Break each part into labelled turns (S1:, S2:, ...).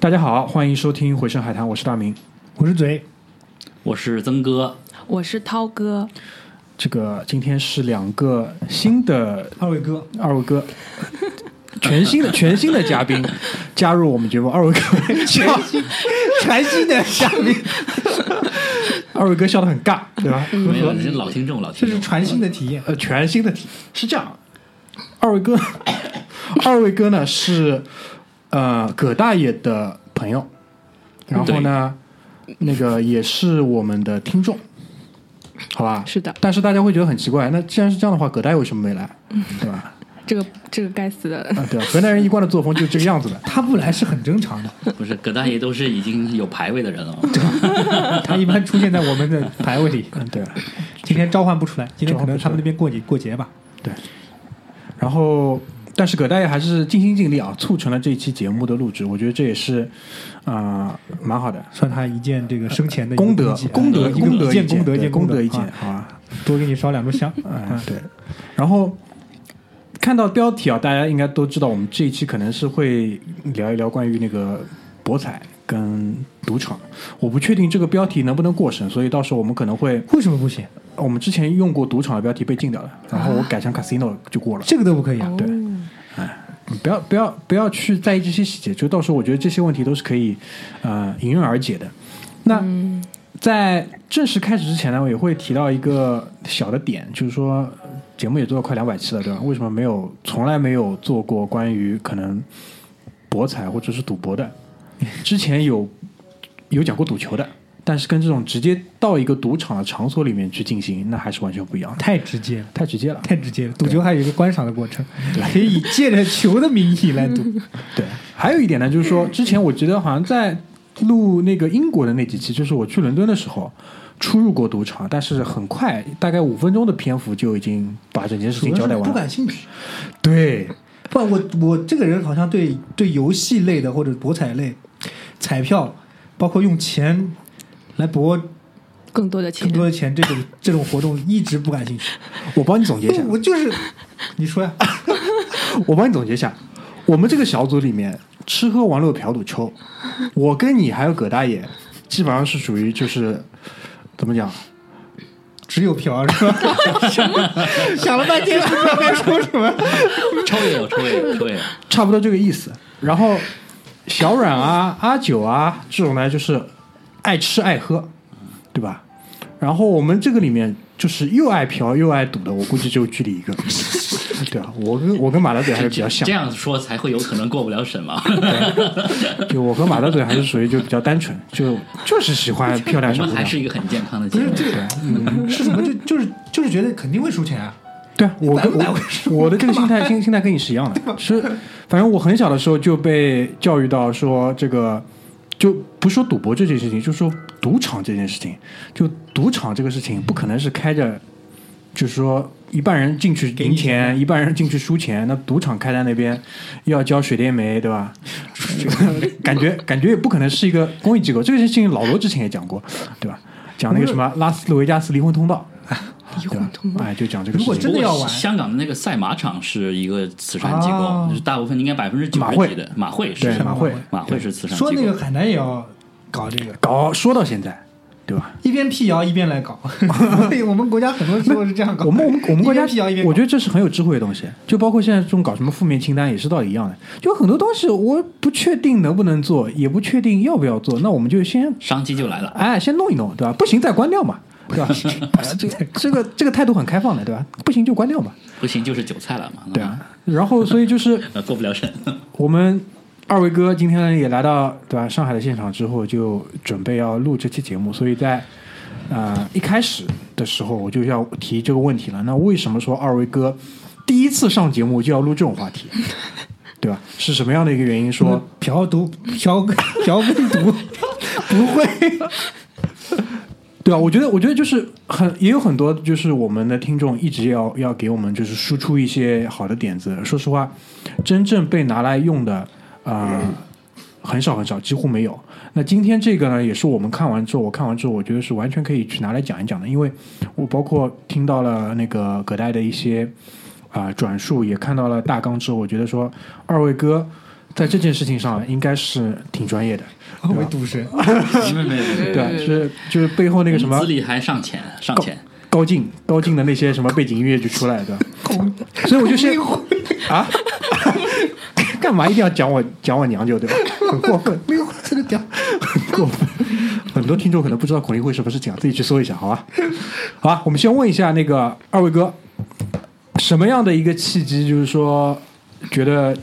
S1: 大家好，欢迎收听《回声海滩》，我是大明。
S2: 我是嘴。
S3: 我是曾哥，
S4: 我是涛哥，
S1: 这个今天是两个新的
S2: 二位哥，
S1: 二位哥， 全新的全新的嘉宾 加入我们节目，二位 哥笑， 全新的嘉宾，二位哥笑得很尬，对吧？
S2: 嗯
S3: 没有，你是老听众，老
S2: 这
S3: 听
S2: 是
S3: 众。
S2: 传新的体验。
S1: 呃，全新的题是这样，二位哥， 二位哥呢是呃葛大爷的朋友，然后呢，那个也是我们的听众，好吧？
S4: 是的
S1: 但是大家会觉得很奇怪，那既然是这样的话，葛大爷为什么没来？对吧？
S4: 这个这个该死的，
S1: 啊，对吧？河南人一贯的作风就是这个样子的。
S2: 他不来是很正常的，
S3: 不是葛大爷都是已经有牌位的人了，哦
S2: 他一般出现在我们的排位里。
S1: 嗯，对啊
S2: 今天召唤不出来，今天可
S1: 召唤
S2: 能
S1: 不出来
S2: 他们那边过节过节吧。
S1: 对。然后，但是葛大爷还是尽心尽力啊，促成了这一期节目的录制。我觉得这也是啊、呃蛮好的。
S2: 算他一件这个生前的一个
S1: 功德
S2: 功，绩
S1: 功德，
S2: 哎一个
S1: 功德
S2: 一件
S1: 功
S2: 功德，一
S1: 对
S2: 件
S1: 功德一件
S2: 件，，啊
S1: 好吧？
S2: 多给你烧两 炷香。哎
S1: 嗯，对。然后看到标题啊，大家应该都知道，我们这一期可能是会聊一聊关于那个博彩跟赌场。我不确定这个标题能不能过审，所以到时候我们可能会，
S2: 为什么不行？
S1: 我们之前用过赌场的标题被禁掉了，然后我改成 casino 就过了。
S2: 这个都不可以啊！
S1: 对你不要不要不要去在意这些细节，就到时候我觉得这些问题都是可以呃迎刃而解的。那、在正式开始之前呢，我也会提到一个小的点，就是说呃节目也做了快两百期了，对吧？为什么没有从来没有做过关于可能博彩或者是赌博的？之前有有讲过赌球的，但是跟这种直接到一个赌场的场所里面去进行，那还是完全不一样的，
S2: 太直接了，
S1: 太直接了。
S2: 太直接了。赌球还有一个观赏的过程，可以借着球的名义来赌。
S1: 嗯对，还有一点呢，就是说，之前我觉得好像在录那个英国的那几期，就是我去伦敦的时候，出入过赌场，但是很快，大概五分钟的篇幅就已经把整件事情交代完了。
S2: 兴趣。
S1: 对，
S2: 不，我我这个人好像对对游戏类的或者博彩类、彩票，包括用钱来博
S4: 更多的钱
S2: 更，多的钱这种这种活动一直不感兴趣。
S1: 我帮你总结一下
S2: 不，，我就是 你说呀，
S1: 我帮你总结一下，我们这个小组里面，吃喝玩乐嫖赌抽，我跟你还有葛大爷，基本上是属于就是怎么讲，
S2: 只有嫖是吧？想了半天不知道该说什么。
S3: 抽也有，抽也有，抽也有。
S1: 差不多这个意思。然后小阮啊、阿九啊这种呢，就是爱吃爱喝，对吧？然后我们这个里面就是又爱嫖又爱赌的，我估计就居里一个， 对啊，我跟我跟马大嘴还是比较像
S3: 这，样说才会有可能过不了审嘛。
S1: 就我和马大嘴还是属于就比较单纯，就就是喜欢漂亮
S3: 我
S1: 小
S3: 们
S1: 姑
S3: 还
S1: 娘。
S3: 是一个很健康的节
S2: 不是
S3: 目。
S2: 这个，嗯是怎么就就是就是觉得肯定会输钱啊？
S1: 对啊，我跟
S2: 百分百
S1: 我
S2: 会输
S1: 我的这个心态心心态跟你是一样的，是，反正我很小的时候就被教育到说这个，就不说赌博这件事情，就说赌场这件事情，就赌场这个事情不可能是开着，就是说一半人进去
S2: 给
S1: 赢
S2: 你
S1: 钱，一半人进去输钱，那赌场开在那边要交水电煤，对吧？ 感觉感觉也不可能是一个公益机构，这个事情老罗之前也讲过，对吧？讲那个什么拉斯维加斯离婚通道，
S4: 离
S1: 对
S4: 婚
S1: 吧
S4: 通？道，
S1: 哎，就讲这个事
S2: 如果
S1: 情。
S2: 真的要玩
S3: 香港的那个赛马场是一个慈善机
S2: 啊
S3: 构，就是大部分应该百分之九
S1: 马
S3: 十
S1: 会
S3: 几的马会
S1: 对
S3: 是
S1: 马会
S3: 马会是慈善
S2: 说
S3: 机
S2: 那
S3: 构
S2: 个。海南也要搞这个，
S1: 搞说到现在，对吧？
S2: 一边辟谣一边来搞。 对，我们国家很多时候是这样搞。
S1: 我们我们我们国家
S2: 一边辟谣一边，搞
S1: 我觉得这是很有智慧的东西。就包括现在这种搞什么负面清单也是道理一样的。就很多东西我不确定能不能做，也不确定要不要做，那我们就先
S3: 商机就来了，
S1: 哎先弄一弄，对吧？不行再关掉嘛，对 吧？哎这个这个这个态度很开放的，对吧？不行就关掉嘛，
S3: 不行就是韭菜了嘛。
S1: 对啊。然后所以就是
S3: 嗯，呃，过不了审。
S1: 我们二位哥今天也来到对吧上海的现场之后，就准备要录这期节目，所以在呃一开始的时候我就要提这个问题了。那为什么说二位哥第一次上节目就要录这种话题，对吧？是什么样的一个原因说？
S2: 说嫖毒嫖嫖跟毒不会，
S1: 对啊，我觉得，我觉得就是很也有很多，就是我们的听众一直要要给我们就是输出一些好的点子。说实话，真正被拿来用的，呃，很少很少，几乎没有。那今天这个呢，也是我们看完之后，我看完之后，我觉得是完全可以去拿来讲一讲的，因为我包括听到了那个葛呃代的一些啊、转述，也看到了大纲之后，我觉得说二位哥在这件事情上应该是挺专业的，
S2: 为赌神，
S3: 没有没有没
S1: 对
S3: 有，
S1: 吧？是就是背后那个什么
S3: 资历还上前上前，
S1: 高进高进的那些什么背景音乐就出来的，所以我就先啊， 干嘛一定要讲我讲我娘舅对吧？很过分，
S2: 没有这个屌，
S1: 很过分。很多听众可能不知道孔令辉什么是讲，自己去搜一下，好吧？好吧，我们先问一下那个二位哥，什么样的一个契机，就是说觉得？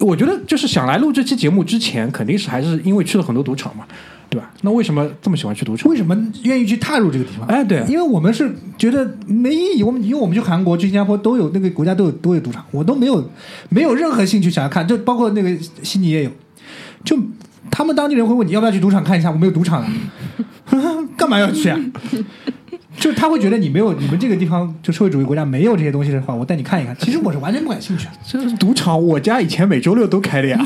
S1: 我觉得就是想来录这期节目之前，肯定是还是因为去了很多赌场嘛，对吧？那为什么这么喜欢去赌场？
S2: 为什么愿意去踏入这个地方？
S1: 哎对
S2: 因为我们是觉得没意义，我们因为我们去韩国、去新加坡都有那个国家都有都有赌场，我都没有没有任何兴趣想要看，就包括那个悉尼也有，就他们当地人会问你要不要去赌场看一下，我们有赌场啊， 干嘛要去啊？就他会觉得你没有你们这个地方就社会主义国家没有这些东西的话，我带你看一看。其实我是完全不感兴趣的，啊
S1: 这赌场，我家以前每周六都开的呀，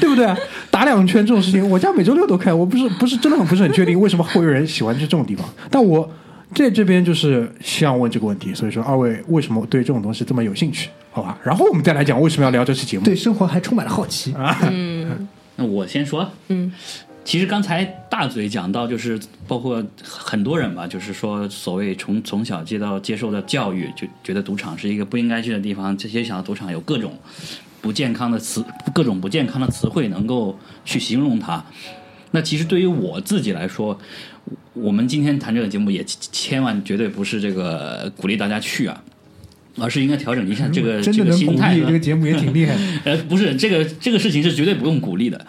S1: 对不对？打两圈这种事情，我家每周六都开，我不是不是真的很不是很确定为什么会有人喜欢去这种地方。但我在这边就是想问这个问题，所以说二位为什么对这种东西这么有兴趣？好吧，然后我们再来讲为什么要聊这期节目。
S2: 对生活还充满了好奇。
S1: 啊
S3: 那我先说，啊
S4: 嗯，
S3: 其实刚才大嘴讲到，就是包括很多人吧，就是说所谓从从小接到接受的教育，就觉得赌场是一个不应该去的地方，这些想到赌场有各种不健康的词，各种不健康的词汇能够去形容它。那其实对于我自己来说，我我们今天谈这个节目也千万绝对不是这个鼓励大家去啊，而是应该调整一下这个
S2: 嗯真
S3: 这
S2: 的
S3: 个
S2: 能鼓
S1: 啊
S3: 心态
S2: 励
S3: 呢
S2: 这个节目也挺厉害的。
S3: 呃，不是这个这个事情是绝对不用鼓励的。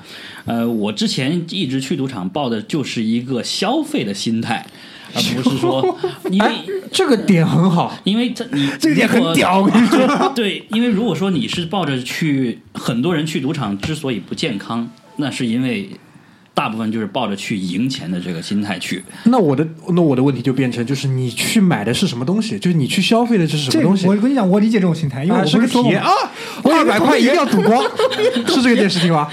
S3: 呃，我之前一直去赌场抱的就是一个消费的心态，而不是 说因为。
S1: 哎，这个点很好，
S3: 因为这你
S2: 这个点很屌我跟
S3: 你说。 对，因为如果说你是抱着去，很多人去赌场之所以不健康，那是因为大部分就是抱着去赢钱的这个心态去。
S1: 那我的那我的问题就变成就是你去买的是什么东西，就是你去消费的是什
S2: 这
S1: 么东西？
S2: 我跟你讲，我理解这种心态，因为我
S1: 啊
S2: 不
S1: 是
S2: 是
S1: 个体
S2: 说我
S1: 验啊，二百块一定要赌光，是这个件事情吗？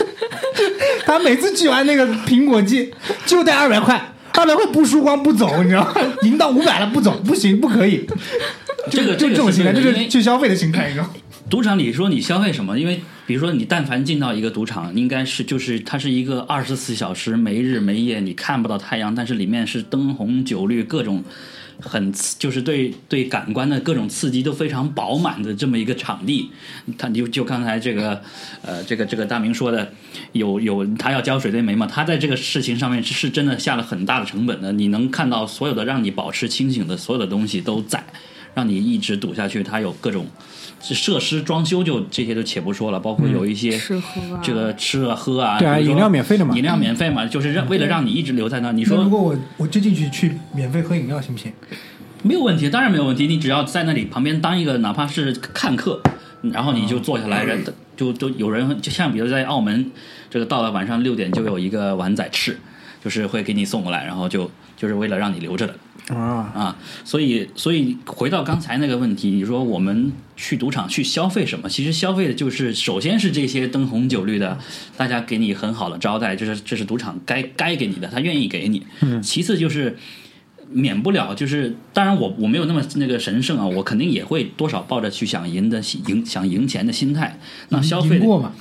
S2: 他每次聚完那个苹果机就带二百块，二百块不输光不走，你知道吗？赢到五百了不走，不行，不可以。
S3: 这个
S2: 就
S3: 个
S2: 这种
S3: 是
S2: 心态，这
S3: 对的因
S2: 是
S3: 为
S2: 去消费的心态，你知道吗？
S3: 赌场里说你消费什么？因为比如说你但凡进到一个赌场，应该是就是它是一个二十四小时没日没夜，你看不到太阳，但是里面是灯红酒绿，各种很刺就是对对感官的各种刺激都非常饱满的这么一个场地。他就就刚才这个呃这个这个大明说的，有有他要交水对煤嘛，他在这个事情上面是是真的下了很大的成本的。你能看到所有的让你保持清醒的所有的东西都在。让你一直赌下去，它有各种设施装修就这些都且不说了，包括有一些、
S4: 嗯吃喝啊嗯
S3: 这个吃啊喝啊，
S1: 对啊
S3: 比如说
S1: 饮料免费的嘛
S3: 饮料免费嘛，就是让为了让你一直留在那。你
S2: 那如
S3: 说
S2: 果我我就进去去免费喝饮料行不行？
S3: 没有问题，当然没有问题，你只要在那里旁边当一个哪怕是看客，然后你
S4: 哦
S3: 就坐下来，人
S4: 嗯
S3: 就就有人就像比如在澳门，这个到了晚上六点就有一个碗仔翅，就是会给你送过来，然后就就是为了让你留着的。
S1: 啊，
S3: 啊，所以所以回到刚才那个问题，你说我们去赌场去消费什么？其实消费的就是首先是这些灯红酒绿的，大家给你很好的招待，这是这是赌场该该给你的，他愿意给你。
S2: 嗯
S3: 其次就是免不了就是，当然我我没有那么那个神圣啊，我肯定也会多少抱着去想赢的赢想赢钱的心态。那消费
S2: 赢过嘛？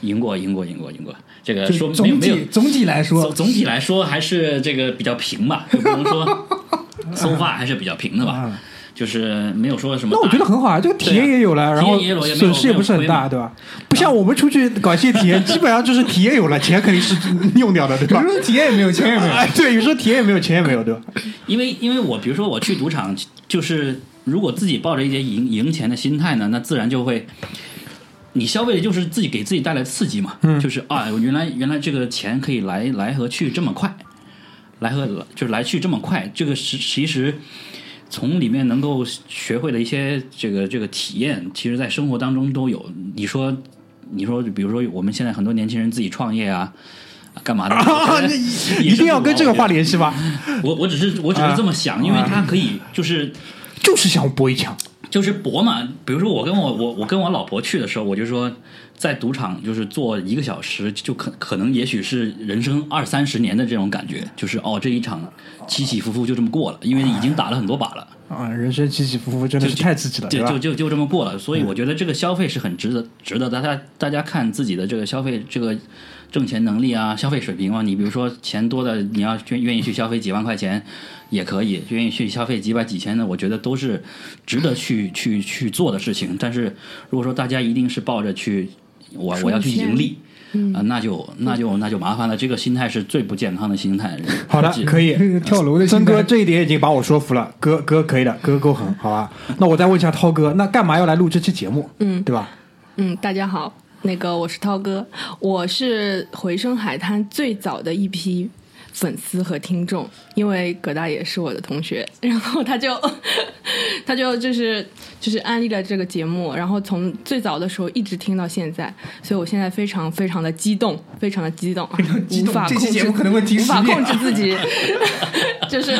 S3: 赢过赢过赢过赢过，这个
S2: 就
S3: 说
S2: 是
S3: 没有
S2: 总
S3: 没有
S2: 体总体来
S3: 总
S2: 说，
S3: 总体来说还是这个比较平吧，就不能说 so far 还是比较平的吧，就是没有说什么
S1: 嗯
S3: 大。
S1: 那我觉得很好啊，这个体验也有了，然后
S3: 体验也有了也没有
S1: 损失也不是很
S3: 没
S1: 大，
S3: 有
S1: 对吧？不像我们出去搞一些体 验，基本上就是体验有了，钱肯定是用掉的，对
S2: 有
S1: 吧
S2: 时？候 体验也没有，钱也没 有。
S1: 哎，对，有时候体验也没有，钱也没有，对吧？
S3: 因为因为我比如说我去赌场，就是如果自己抱着一些赢赢钱的心态呢，那自然就会。你消费的就是自己给自己带来刺激嘛，
S1: 嗯
S3: 就是啊，原来原来这个钱可以来来和去这么快，来和就是来去这么快，这个是其实从里面能够学会的一些这个这个体验，其实在生活当中都有。你说你说，比如说我们现在很多年轻人自己创业啊，啊 干嘛的，
S1: 啊，那
S3: 也
S1: 一
S3: 是
S1: 定要跟这个
S3: 不好
S1: 话联系吧？
S3: 我我只是我只是这么想，因为他可以就是
S1: 就是想搏一枪，
S3: 就是搏嘛。比如说我跟我我我跟我老婆去的时候，我就说在赌场就是坐一个小时，就可可能也许是人生二三十年的这种感觉，就是哦这一场起起伏伏就这么过了，因为已经打了很多把了。
S1: 啊，人生起起伏伏真的是太刺激了，
S3: 就
S1: 对吧嗯
S3: 就？就就这么过了。所以我觉得这个消费是很值得值得大家大家看自己的这个消费这个挣钱能力啊，消费水平啊。你比如说钱多的，你要愿愿意去消费几万块钱也可以，愿意去消费几百几千的，我觉得都是值得去去去做的事情。但是如果说大家一定是抱着去我我要去盈利。啊、那就那就那就麻烦了，这个心态是最不健康的心态。
S1: 好的，可以。
S2: 跳楼的心
S1: 曾
S2: 态
S1: 哥这一点已经把我说服了，哥哥可以的，哥够狠，好吧？那我再问一下涛哥，那干嘛要来录这期节目？
S4: 嗯
S1: 对吧？
S4: 嗯，大家好，那个我是涛哥，我是回声海滩最早的一批粉丝和听众，因为葛大爷是我的同学， 然后他就他就就是就是安利了这个节目，然后从最早的时候一直听到现在，所以我现在非常非常的激动，非常的激动，非
S2: 常 激动
S4: 无法
S2: 这
S4: 控制，
S2: 期节目可能会听
S4: 无
S2: 十
S4: 法
S2: 遍
S4: 控制自己， 就是。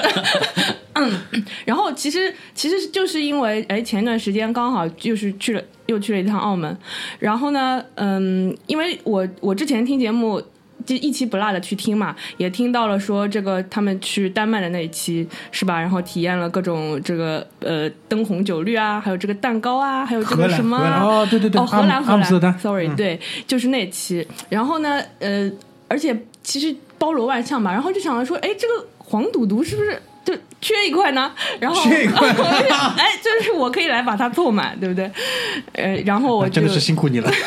S4: 然后其实其实就是因为哎，前一段时间刚好就是去了又去了一趟澳门，然后呢，嗯，因为我我之前听节目。就一期不落的去听嘛，也听到了说这个他们去丹麦的那一期是吧？然后体验了各种这个呃灯红酒绿啊，还有这个蛋糕啊，还有这
S2: 荷
S4: 个
S2: 兰
S4: 什么
S2: 荷兰
S4: 啊
S1: 哦，对对对，
S4: 哦，荷兰
S1: 阿姆
S4: 荷
S1: 阿
S4: 兰
S1: 姆斯特丹
S4: s o r r y
S2: 嗯
S4: 对，就是那期。然后呢，呃，而且其实包罗万象吧，然后就想着说，哎，这个黄赌毒是不是就缺一块呢？然后
S2: 缺一 块
S4: 哎，就是我可以来把它凑满，对不对？呃，然后我
S1: 啊
S4: 就
S1: 真的是辛苦你了。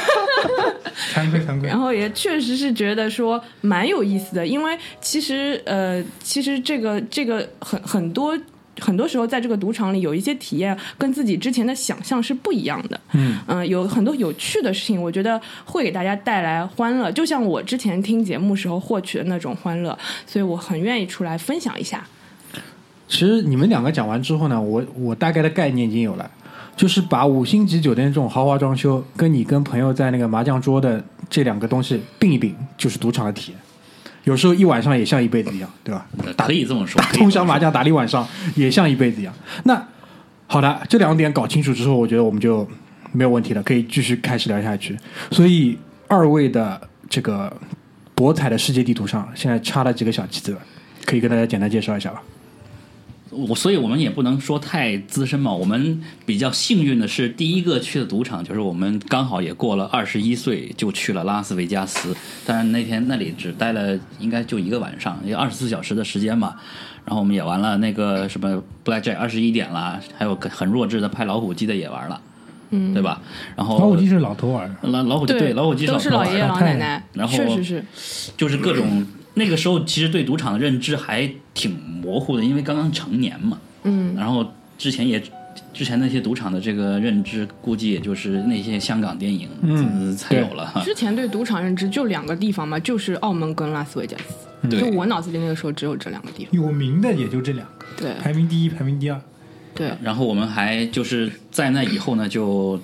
S2: 惭愧惭愧
S4: 然。后也确实是觉得说蛮有意思的，因为其实呃，其实这个这个很很多。很多时候，在这个赌场里有一些体验跟自己之前的想象是不一样的。嗯有很多有趣的事情，我觉得会给大家带来欢乐，就像我之前听节目时候获取的那种欢乐，所以我很愿意出来分享一下。
S1: 其实你们两个讲完之后呢，我我大概的概念已经有了，就是把五星级酒店这种豪华装修，跟你跟朋友在那个麻将桌的这两个东西并一并，就是赌场的体验。有时候一晚上也像一辈子一样，对吧？
S3: 呃可以这么说
S1: 打，通宵麻将打了一晚上也像一辈子一样。那好的，这两点搞清楚之后，我觉得我们就没有问题了，可以继续开始聊下去。所以二位的这个博彩的世界地图上，现在插了几个小棋子，可以跟大家简单介绍一下吧？
S3: 我所以我们也不能说太资深嘛。我们比较幸运的是，第一个去的赌场就是我们刚好也过了二十一岁，就去了拉斯维加斯。但是那天那里只待了应该就一个晚上，也二十四小时的时间吧。然后我们也玩了那个什么 blackjack 二十一点啦，还有很弱智的拍老虎机的也玩了，嗯，对吧？然后
S2: 老虎机是老头玩的，
S3: 老老虎机对老虎机
S4: 都是
S3: 老
S4: 老
S3: 头
S4: 爷爷
S3: 玩
S4: 老奶奶，
S3: 然后
S4: 确实是
S3: 就是各种那个时候其实对赌场的认知还挺模糊的，因为刚刚成年嘛。嗯。然后之前也之前那些赌场的这个认知，估计也就是那些香港电影嗯才有了哈。
S4: 之前对赌场认知就两个地方嘛，就是澳门跟拉斯维加斯，
S3: 对
S4: 就我脑子里那个时候只有这两个地方。
S2: 有名的也就这两个，
S4: 对
S2: 排名第一，排名第二。
S4: 对，
S3: 然后我们还就是在那以后呢，就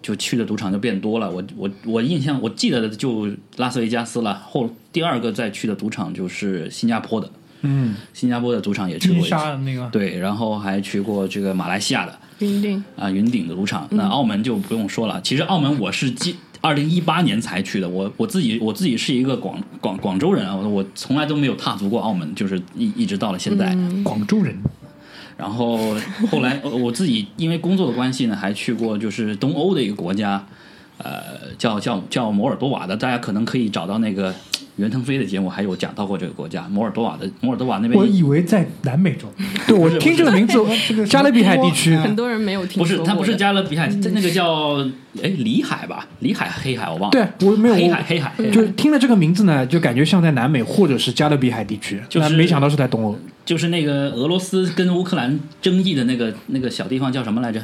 S3: 就去的赌场就变多了。我我我印象我记得的就拉斯维加斯了，后第二个再去的赌场就是新加坡的，
S1: 嗯，
S3: 新加坡的赌场也去
S2: 金
S3: 过一次。
S2: 沙的那个，
S3: 对，然后还去过这个马来西亚的，
S4: 云顶
S3: 啊、云顶的赌场。那澳门就不用说了，其实澳门我是今二零一八年才去的，我我自己我自己是一个广广广州人啊，我我从来都没有踏足过澳门，就是一一直到了现在。
S2: 广州人，
S3: 然后后来呃我自己因为工作的关系呢，还去过就是东欧的一个国家，呃，叫叫叫摩尔多瓦的，大家可能可以找到那个。袁腾飞的节目还有讲到过这个国家，摩尔多瓦的摩尔多瓦那边
S2: 我以为在南美洲，
S1: 对我听这个名字
S2: 这个，
S1: 加勒比海地区
S2: 嗯
S4: 很多人没有听
S3: 不
S4: 说
S3: 是
S4: 过的。
S3: 它不是加勒比海，
S1: 嗯
S3: 在那个叫哎里海吧，里海黑海我忘了，
S1: 对我嗯没有
S3: 黑
S1: 我
S3: 海黑海黑海
S1: 就是听了这个名字呢，就感觉像在南美或者是加勒比海地区，
S3: 就是
S1: 但没想到是在东欧。
S3: 就是那个俄罗斯跟乌克兰争议的那个那个小地方叫什么来着？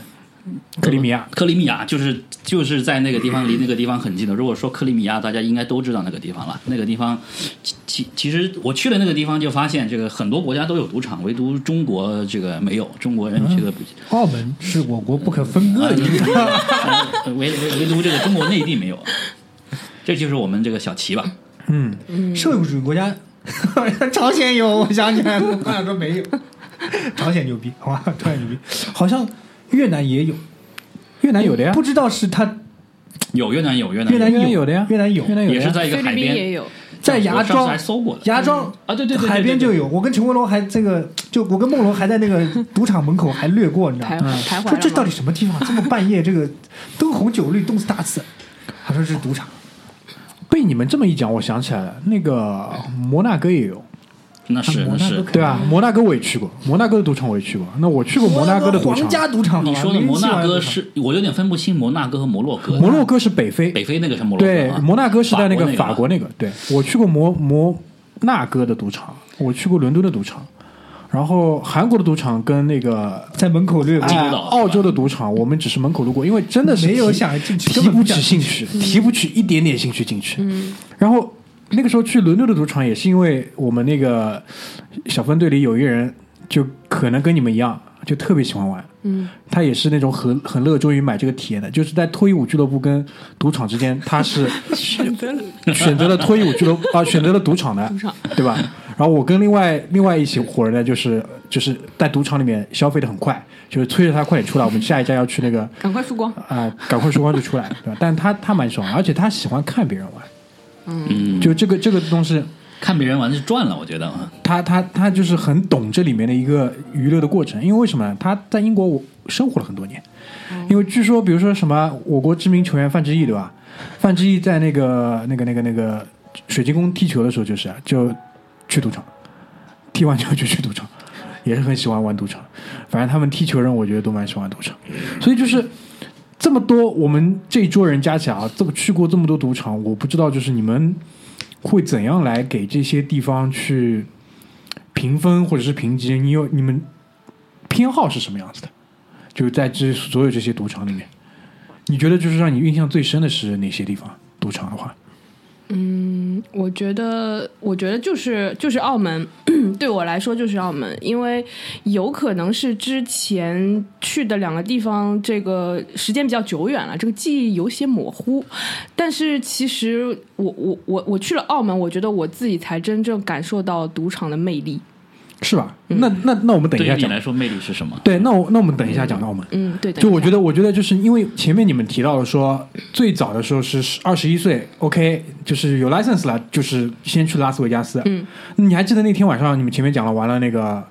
S1: 克里米亚，
S3: 克里米亚就是就是在那个地方，离那个地方很近的。如果说克里米亚，大家应该都知道那个地方了。那个地方，其其其实我去了那个地方，就发现这个很多国家都有赌场，唯独中国这个没有，中国人这个、
S2: 澳门是我国不可分割的一部分。
S3: 呃 唯唯唯独这个中国内地没有。这就是我们这个小齐吧，
S1: 嗯，
S2: 社会主义国家， 朝鲜有，我想起来了，我想说没有，朝鲜牛逼，好吧，朝鲜牛逼，好像越南也有，嗯
S1: 越南有的呀
S2: 不，知道是他
S3: 有越南有越南
S2: 越南
S1: 越南
S2: 有
S1: 有的呀
S2: 越南有
S1: 越，南有
S3: 也
S1: 的呀
S3: 是在一个
S4: 菲
S3: 海
S4: 律宾也
S3: 边，
S4: 有，
S2: 在
S3: 我
S2: 芽
S3: 上次
S2: 庄
S3: 还搜过的
S2: 芽庄
S3: 啊，对对对，对
S2: 海边就。
S3: 对对
S2: 有。我跟陈国龙还这个，就我跟梦龙还在那个赌场门口还掠过，你知道
S4: 徘
S2: 吗？
S4: 徘徊
S2: 说
S4: 了
S2: 这到
S4: 吗
S2: 底什么地方？这么半夜，这个灯红酒绿，冻死大死。他说是赌场，
S1: 被你们这么一讲，我想起来了，那个摩纳哥也有，
S3: 那是
S2: 啊
S3: 那
S2: 摩纳
S3: 是
S2: 哥。
S1: 对啊，摩纳哥我也去过，摩纳哥的赌场我也去过。那我去过摩纳哥的赌
S2: 皇
S1: 场，
S2: 家赌场。
S3: 你
S2: 好吧
S3: 说的摩纳哥，
S2: 没人去玩赌场
S3: 是我有点分不清摩纳哥和摩洛哥，啊
S1: 摩洛哥是北非，
S3: 北非那个是摩洛
S1: 对
S3: 哥，啊，
S1: 摩纳哥是在那个法
S3: 法国啊
S1: 国那个，对我去过摩摩纳哥的赌场，我去过伦敦的赌场，然后韩国的赌场跟那个。
S2: 在门口掠
S1: 哎，
S2: 过
S3: 济州岛
S1: 澳洲的赌场，我们只是门口路过，因为真的是
S2: 没有
S1: 提
S2: 想进去
S1: 提
S2: 根本
S1: 不
S2: 不
S1: 起
S2: 想
S1: 兴趣，提不起一点点兴趣进去。
S4: 嗯
S1: 然后那个时候去伦敦的赌场，也是因为我们那个小分队里有一个人，就可能跟你们一样，就特别喜欢玩。
S4: 嗯，
S1: 他也是那种很很乐衷于买这个体验的，就是在脱衣舞俱乐部跟赌场之间，他是
S4: 选择了
S1: 选择了脱衣舞俱乐部啊，选择了赌场的
S4: 赌场，
S1: 对吧？然后我跟另外另外一起伙人呢，就是就是在赌场里面消费的很快，就是催着他快点出来，我们下一家要去那个
S4: 赶快输光，
S1: 啊、赶快输光就出来，对吧？但他他蛮爽，而且他喜欢看别人玩，
S3: 嗯，
S1: 就这个这个东西，
S3: 看别人玩就赚了，我觉得啊，
S1: 他他他就是很懂这里面的一个娱乐的过程，因为为什么呢？他在英国生活了很多年，因为据说比如说什么我国知名球员范志毅对吧？范志毅在那个那个那个那个水晶宫踢球的时候就是啊就去赌场，踢完球就去赌场，也是很喜欢玩赌场。反正他们踢球人，我觉得都蛮喜欢赌场，所以就是。这么多，我们这一桌人加起来啊，这么去过这么多赌场，我不知道就是你们会怎样来给这些地方去评分或者是评级，你有你们偏好是什么样子的？就是在这所有这些赌场里面，你觉得就是让你印象最深的是哪些地方？赌场的话，
S4: 我觉得，我觉得就是就是澳门， 对我来说就是澳门，因为有可能是之前去的两个地方，这个时间比较久远了，这个记忆有些模糊。但是其实我我我我去了澳门，我觉得我自己才真正感受到赌场的魅力。
S1: 是吧？
S4: 嗯
S1: 那那那我们等
S3: 对
S1: 一
S3: 于
S1: 下
S3: 你
S1: 讲。
S3: 来说魅力是什么？
S1: 对，那我那我们等一下讲澳门。
S4: 嗯，对的。
S1: 就我觉得，我觉得就是因为前面你们提到了说，最早的时候是二十一岁，OK，就是有 license 了，就是先去拉斯维加斯。
S4: 嗯，
S1: 你还记得那天晚上你们前面讲了玩了那个，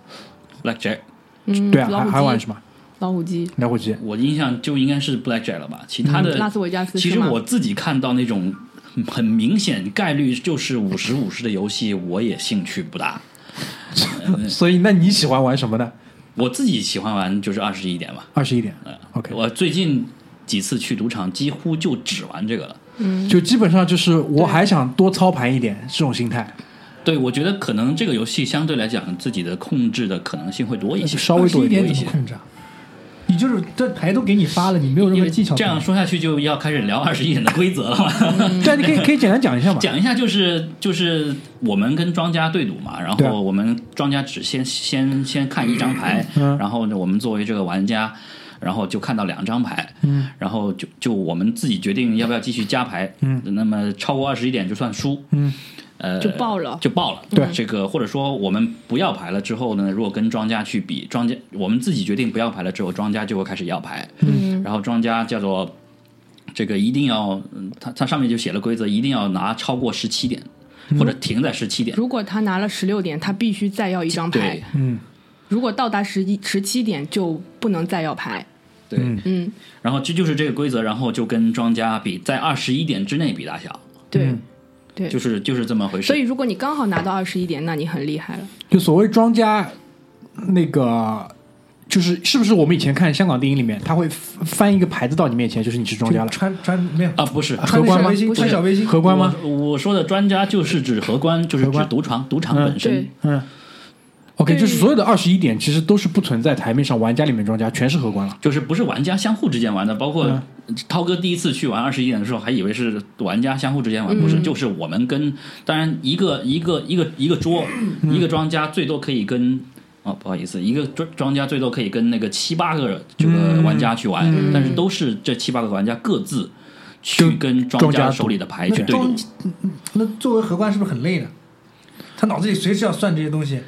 S3: Blackjack，
S4: 嗯，
S1: 对啊，
S4: 老
S1: 还
S4: 虎
S1: 还玩
S4: 机
S1: 什么？
S4: 老虎机，
S1: 打火机。
S3: 我印象就应该是 Blackjack 了吧？其他的
S4: 嗯拉斯维加斯
S3: 其
S4: 是
S3: 实
S4: 吗
S3: 我自己看到那种很明显概率就是五十五十的游戏，我也兴趣不大。
S1: 所以，那你喜欢玩什么呢？
S3: 我自己喜欢玩就是二十一点吧。
S1: 二十一点，OK，
S3: 我最近几次去赌场，几乎就只玩这个了。
S1: 就基本上就是我还想多操盘一点这种心态，
S3: 对，我觉得可能这个游戏相对来讲，自己的控制的可能性会多一些。
S1: 稍微多
S2: 21
S1: 多
S2: 点
S1: 一
S2: 怎
S1: 些
S2: 么。控制啊？你就是这牌都给你发了，你没有任
S3: 因
S2: 何
S3: 为
S2: 技巧。
S3: 这样说下去就要开始聊二十一点的规则了嘛。
S1: 对啊，你可以可以简单讲一下嘛。
S3: 讲一下，就是就是我们跟庄家对赌嘛，然
S1: 对啊
S3: 后我们庄家只先先先看一张牌，
S1: 嗯
S3: 然后呢，我们作为这个玩家，然后就看到两张牌，嗯，然后就就我们自己决定要不要继续加牌，嗯，那么超过二十一点就算输，嗯，呃，
S4: 就爆了
S3: 就爆了，
S1: 对
S3: 这个或者说我们不要牌了之后呢，如果跟庄家去比，庄家我们自己决定不要牌了之后，庄家就会开始要牌，嗯，然后庄家叫做。这个一定要，嗯它它上面就写了规则，一定要拿超过十七点，
S4: 嗯
S3: 或者停在十七点。
S4: 如果他拿了十六点，他必须再要一张牌
S3: 对。
S1: 嗯
S4: 如果到达十一十七点，就不能再要牌。
S3: 对，
S4: 嗯，
S3: 然后这就是这个规则，然后就跟庄家比，在二十一点之内比大小，
S4: 对。
S1: 嗯
S4: 对
S3: 就是就是这么回事。
S4: 所以，如果你刚好拿到二十一点，那你很厉害了。
S1: 就所谓庄家那个。就是是不是我们以前看香港电影里面，他会翻一个牌子到你面前，就是你是庄家
S2: 就
S1: 了，
S2: 穿穿没有
S3: 啊，不是
S1: 荷
S2: 穿
S1: 官
S2: 那小
S1: 吗
S2: 背心，
S4: 不是
S2: 穿小背心，
S1: 荷官吗？
S3: 我我说的专家就是指荷官，就是
S1: 荷
S3: 指
S1: 官
S3: 赌场，赌场
S1: 嗯
S3: 本身
S4: 对。
S1: 嗯，OK，
S4: 对
S1: 就是所有的二十一点其实都是不存在台面上玩家里面庄家，全是荷官了。
S3: 就是不是玩家相互之间玩的，包括涛哥第一次去玩二十一点的时候，还以为是玩家相互之间玩，不是，就是我们跟当然一个一个一个一个桌，一个庄家最多可以跟。哦，不好意思，一个庄庄家最多可以跟那个七八个这个玩家去玩，但是都是这七八个玩家各自去
S1: 跟
S3: 跟庄
S1: 庄
S3: 家
S1: 家
S3: 手里的牌去
S2: 那
S3: 对赌
S2: 装。那作为荷官是不是很累呢？他脑子里随时要算这些东西，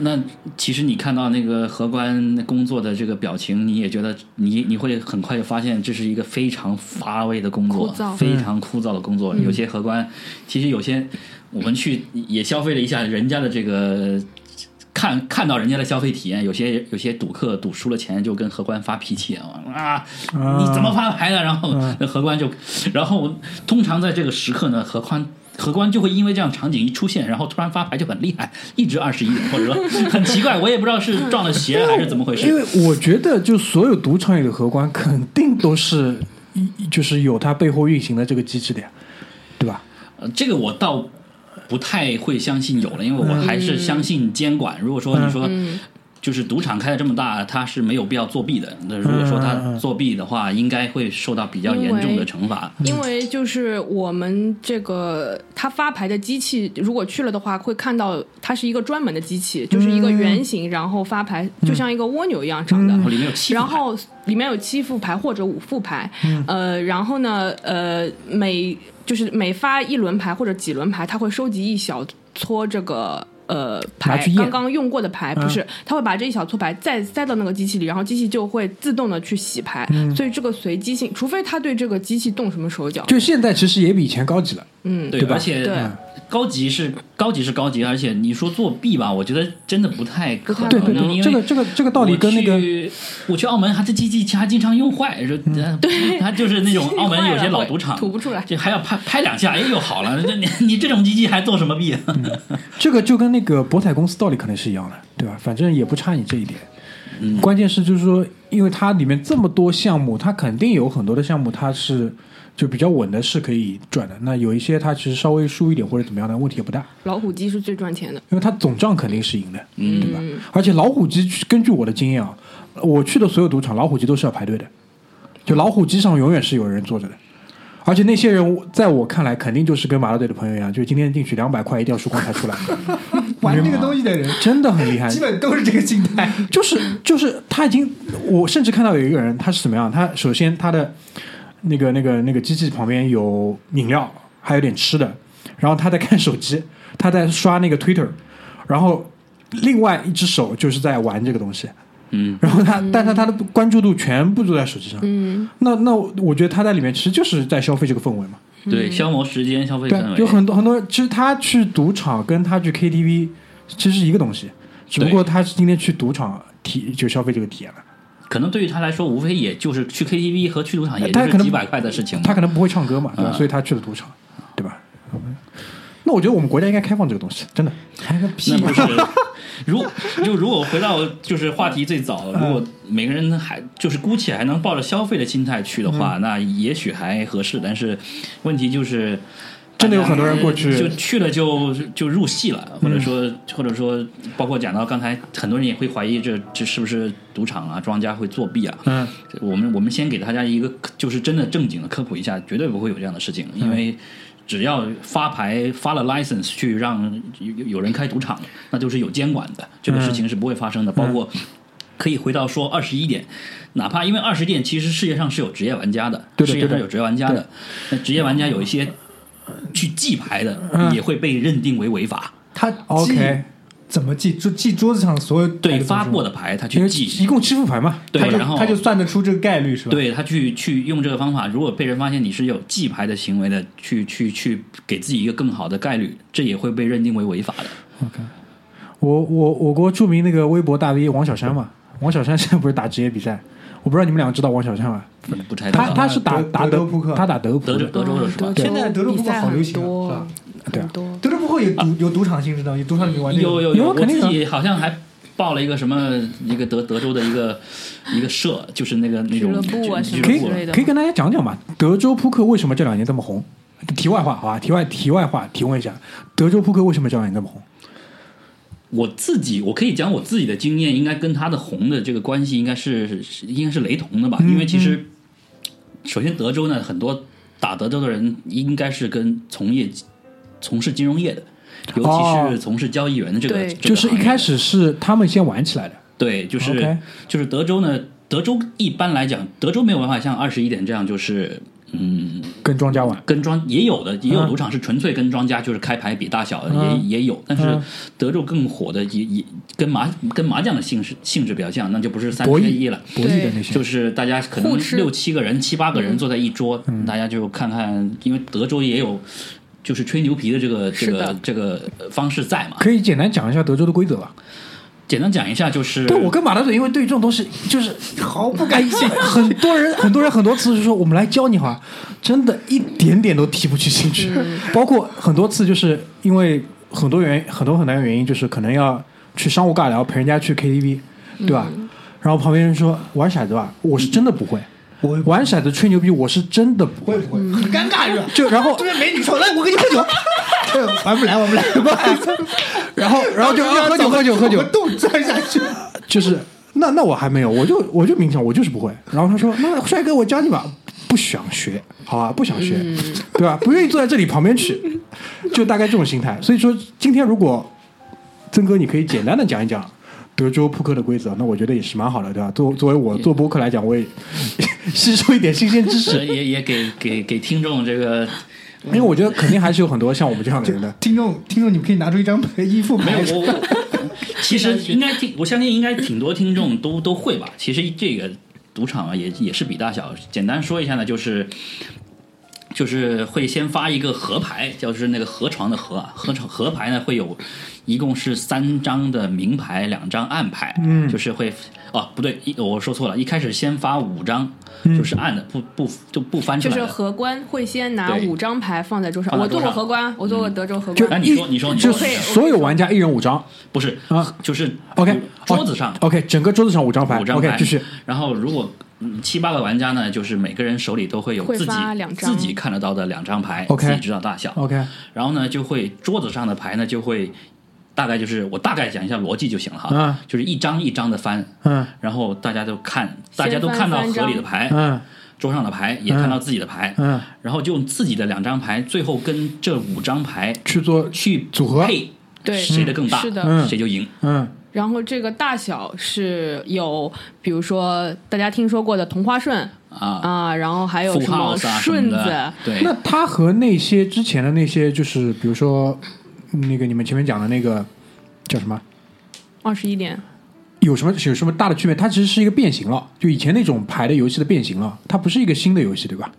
S3: 那其实你看到那个荷官工作的这个表情，你也觉得你你会很快就发现这是一个非常乏味的工作
S4: 枯燥，嗯
S3: 非常枯燥的工作。有些荷官，其实有些我们去也消费了一下人家的这个。看看到人家的消费体验，有些有些赌客赌输了钱就跟荷官发脾气啊啊！
S1: 啊
S3: 你怎么发牌的？ 然后那荷官就，然后通常在这个时刻呢，荷官荷官就会因为这样场景一出现，然后突然发牌就很厉害，一直二十一，或者说很奇怪，我也不知道是撞了邪还是怎么回
S1: 因
S3: 事。
S1: 为我觉得，就所有赌场里的荷官，肯定都是一就是有它背后运行的这个机制的呀，对吧？
S3: 呃这个我倒不太会相信有了，因为我还
S1: 嗯
S3: 是相信监管。如果说你说。就是赌场开的这么大，它是没有必要作弊的。那如果
S1: 嗯
S3: 说
S1: 嗯
S3: 他
S1: 嗯
S3: 作弊的话，应该会受到比较严重的惩罚。
S4: 因为就是我们这个它发牌的机器，如果去了的话，会看到它是一个专门的机器，就是一个圆形，然后发牌就像一个蜗牛一样长的。
S1: 嗯
S3: 然后里面有欺负
S4: 然
S3: 牌，
S4: 后里面有七副牌或者五副牌，呃，然后呢，呃，每就是每发一轮牌或者几轮牌，他会收集一小撮这个。呃，
S1: 拿
S4: 牌
S1: 去验
S4: 刚刚用过的牌
S1: 嗯
S4: 不是，他会把这一小撮牌再塞到那个机器里，然后机器就会自动的去洗牌，所以这个随机性，除非他对这个机器动什么手脚，
S1: 嗯就现在其实也比以前高级了，
S4: 嗯，
S3: 对，
S1: 对吧
S3: 而且
S4: 对
S3: 高级是高级是高级，而且你说作弊吧，我觉得真的不太可能。
S4: 不
S1: 对
S4: 太
S1: 对对，
S3: 因为
S1: 这个这个这个道理跟那个嗯
S3: 我去我去澳门，他这机器还经常用坏，就对，他就是那种澳门有些老赌场
S4: 吐不出来，
S3: 这还要拍拍两下，哎又好了，这你你这种机器还做什么弊啊？
S1: 这个就跟那个博彩公司道理可能是一样的，对吧？反正也不差你这一点。嗯，关键是就是说，因为它里面这么多项目，它肯定有很多的项目它是就比较稳的，是可以赚的。那有一些它其实稍微输一点或者怎么样的问题也不大，
S4: 老虎机是最赚钱的，
S1: 因为它总账肯定是赢的，嗯，对吧？而且老虎机根据我的经验啊，我去的所有赌场老虎机都是要排队的，就老虎机上永远是有人坐着的。而且那些人，在我看来，肯定就是跟麻辣队的朋友一样，就今天进去两百块，一定要输光才出来。
S2: 玩这个东西的人
S1: 真的很厉害，
S2: 基本都是这个心态。
S1: 就是就是他已经，我甚至看到有一个人，他是怎么样？他首先他的那个那个那个机器旁边有饮料，还有点吃的，然后他在看手机，他在刷那个 Twitter，然后另外一只手就是在玩这个东西。
S3: 嗯，
S1: 然后他，但是他的关注度全部都在手机上。嗯，那那我觉得他在里面其实就是在消费这个氛围嘛。
S3: 对，消磨时间，消
S1: 嗯
S3: 费
S1: 对啊
S3: 氛，围，
S1: 有很多很多，其实他去赌场跟他去 KTV 其实是一个东西，只不过他是今天去赌场体就消费这个体验了。
S3: 可能对于他来说，无非也就是去 KTV 和去赌场，也就
S1: 呃他可
S3: 是
S1: 能
S3: 几百块的事情嘛。
S1: 他可能不会唱歌嘛，对吧？
S3: 嗯
S1: 所以他去了赌场，对吧？那我觉得我们国家应该开放这个东西，真的。开个
S3: 那
S1: 屁！
S3: 不是， 如就如果回到就是话题最早，
S1: 嗯
S3: 如果每个人还就是姑且还能抱着消费的心态去的
S1: 嗯
S3: 话，那也许还合适。但是问题就是，
S1: 真的有
S3: 大家
S1: 很多人过去嗯
S3: 就去了就就入戏了，或者说、或者说，包括讲到刚才，很多人也会怀疑这这是不是赌场啊、庄家会作弊啊？
S1: 嗯，
S3: 这我们我们先给大家一个就是真的正经的科普一下，绝对不会有这样的事情，因
S1: 嗯
S3: 为只要发牌发了 license 去让有有有人开赌场，那就是有监管的，这个事
S1: 嗯
S3: 情是不会发生的。包括可以回到说二十一点，哪怕因为二十点其实世界上是有职业玩家的，
S1: 对的
S3: 世界
S1: 对
S3: 上
S1: 的
S3: 有职业玩家的，那职业玩家有一些去记牌的、
S1: 嗯
S3: 也会被认定为违法。
S2: 他
S1: OK
S2: 记怎么记？就记桌子上所有
S3: 对
S2: 牌的
S3: 发
S2: 东西
S3: 过的牌，他
S1: 因
S3: 去
S1: 为
S3: 记，
S1: 一共七副牌嘛，
S3: 对，
S2: 他就
S3: 然后
S2: 他就算得出这个概率是吧？，
S3: 对他去去用这个方法，如果被人发现你是有记牌的行为的，去去去给自己一个更好的概率，这也会被认定为违法的。
S1: 我我我国著名那个微博大 V 王小山嘛，
S3: 嗯
S1: 王小山现在不是打职业比赛？我不知道你们两个知道王小山吗？
S3: 嗯不太知
S1: 他
S3: 道。
S1: 他是打
S2: 德
S1: 打
S2: 德州扑克
S1: 他打德扑
S3: 德
S1: 的
S3: 州德州的是吧？
S2: 现在德州
S4: 嗯比
S2: 扑克
S4: 赛
S2: 好
S4: 很
S2: 流行啊
S4: 多
S2: 是吧
S1: 对啊
S4: 很多
S2: 德州扑克有赌有赌场性质的，有赌场里面玩这个
S3: 有有
S1: 有
S3: 我
S1: 肯定
S3: 自
S1: 有
S3: 己好像还报了一个什么一个德德州的一个一个社，就是那个那种
S4: 俱乐部啊
S3: 俱
S1: 可
S3: 俱
S1: 以
S3: 乐部
S4: 之类的
S1: 可以跟大家讲讲吧，德州扑克为什么这两年这么红？题外话，好吧，题外题外话，提问一下，德州扑克为什么这两年这么红？
S3: 我自己我可以讲我自己的经验，应该跟他的红的这个关系应该是是应该是雷同的
S1: 嗯
S3: 吧，因为其实首先德州呢，很多打德州的人应该是跟从业从事金融业的。尤其是
S1: 哦
S3: 从事交易员的这个，
S4: 对
S3: 这个
S1: 就是一
S3: 行业
S1: 开始是他们先玩起来的，
S3: 对，就是
S1: OK
S3: 就是德州呢，德州一般来讲，德州没有办法像二十一点这样，就是嗯，
S1: 跟庄家玩。
S3: 跟庄也有的，也有
S1: 嗯
S3: 赌场是纯粹跟庄家，就是开牌比大小的，
S1: 嗯
S3: 也也有。但是
S1: 嗯
S3: 德州更火的也也跟麻跟麻将的性质性质比较像，那就不是三
S1: 博弈
S3: 缺一了。
S1: 博弈的那些，
S3: 就是大家可能
S4: 互吃
S3: 六七个人、七八个人坐在一桌，
S1: 嗯
S3: 大家就看看，因为德州也有就是吹牛皮的这个这
S4: 是的
S3: 个这个呃方式在嘛。
S1: 可以简单讲一下德州的规则吧。
S3: 简单讲一下，就是
S1: 对我跟马大嘴，因为对于这种东西就是
S2: 毫不感兴趣。
S1: 很多人， 很多人很多次就说我们来教你哈，真的一点点都提不起兴趣。
S2: 嗯
S1: 包括很多次就是因为很多原很多很难的原因，就是可能要去商务尬聊，陪人家去 KTV，对
S2: 嗯
S1: 吧？然后旁边人说玩骰子吧，我是真的不会，
S2: 我
S1: 玩骰子吹牛逼，我是真的不
S2: 我
S1: 会
S2: 也。不会，很尴尬是吧？
S1: 就然后
S2: 这边美女说：“来，我跟你喝酒。”哎 呦玩不来，玩不来，不好意思
S1: 然后然后就要喝酒喝酒喝酒
S2: 我，冻钻下去。
S1: 就是那那我还没有，我就我就明显我就是不会。然后他说：“那帅哥，我教你吧。”不想学，好吧，不想学， 对吧？不愿意坐在这里旁边去，就大概这种心态。所以说，今天如果曾哥，你可以简单的讲一讲德州扑克的规则，那我觉得也是蛮好的，对吧？作作为我做播客来讲，我也吸收一点新鲜知识，
S3: 也也给给给听众这个
S1: 因为我觉得肯定还是有很多像我们这样的 人的。
S2: 听众，听众，你们可以拿出一张牌一副
S3: 没
S2: 牌
S3: 有，我 我其实应该挺，我相信应该挺多听众都都会吧。其实这个赌场啊，也也是比大小。简单说一下呢，就是就是会先发一个河牌，就是那个河床的河啊，河床河牌呢会有一共是三张的明牌，两张暗牌，嗯，就是会哦不对，一我说错了，一开始先发五张，
S1: 嗯
S3: 就是暗的，不不就不翻出
S4: 就
S3: 来
S4: 是
S3: 的。
S4: 荷官会先拿
S3: 对
S4: 五张牌放在桌上，
S3: 放在
S4: 我
S3: 桌
S4: 做过
S3: 上嗯
S4: 荷官，我做过德州荷
S1: 就
S3: 哎
S4: 官，
S3: 你说
S1: 一
S3: 你说你
S1: 就
S3: 说
S1: 是
S4: 我跟你说
S1: 所有玩家一人五张
S3: 不是
S1: 啊
S3: 就是
S1: ，OK，
S3: 桌子上
S1: OK，整个桌子上五张牌
S3: 五张牌
S1: ，OK，继续，
S3: 然后如果嗯七八个玩家呢，就是每个人手里都会有
S4: 会
S3: 自己
S4: 发两张
S3: 自己看得到的两张牌
S1: OK
S3: 自己知道大小。
S1: OK，
S3: 然后呢，就会桌子上的牌呢就会。大概就是我大概讲一下逻辑就行了哈，
S1: 嗯
S3: 就是一张一张的翻，
S1: 嗯
S3: 然后大家都看，
S4: 先
S3: 大家都看到
S4: 翻
S3: 河
S4: 三
S3: 里的牌，
S1: 嗯
S3: 桌上的牌也
S1: 嗯
S3: 看到自己的牌，
S1: 嗯，
S3: 然后就用自己的两张牌，最后跟这五张牌
S1: 去做
S3: 去
S1: 组合
S3: 配，
S4: 对
S3: 谁的更大，
S4: 是的
S1: 嗯
S3: 谁就赢。
S1: 嗯
S4: 然后这个大小是有，比如说大家听说过的同花顺
S3: 啊
S4: 啊，然后还有
S3: 富
S4: 什么
S3: house 啊什么
S4: 顺子，
S3: 的，对，
S1: 那它和那些之前的那些，就是比如说那个你们前面讲的那个叫什么，
S4: 二十一点，
S1: 有什么有什么大的区别？它其实是一个变形了，就以前那种牌的游戏的变形了，它不是一个新的游戏，对吧？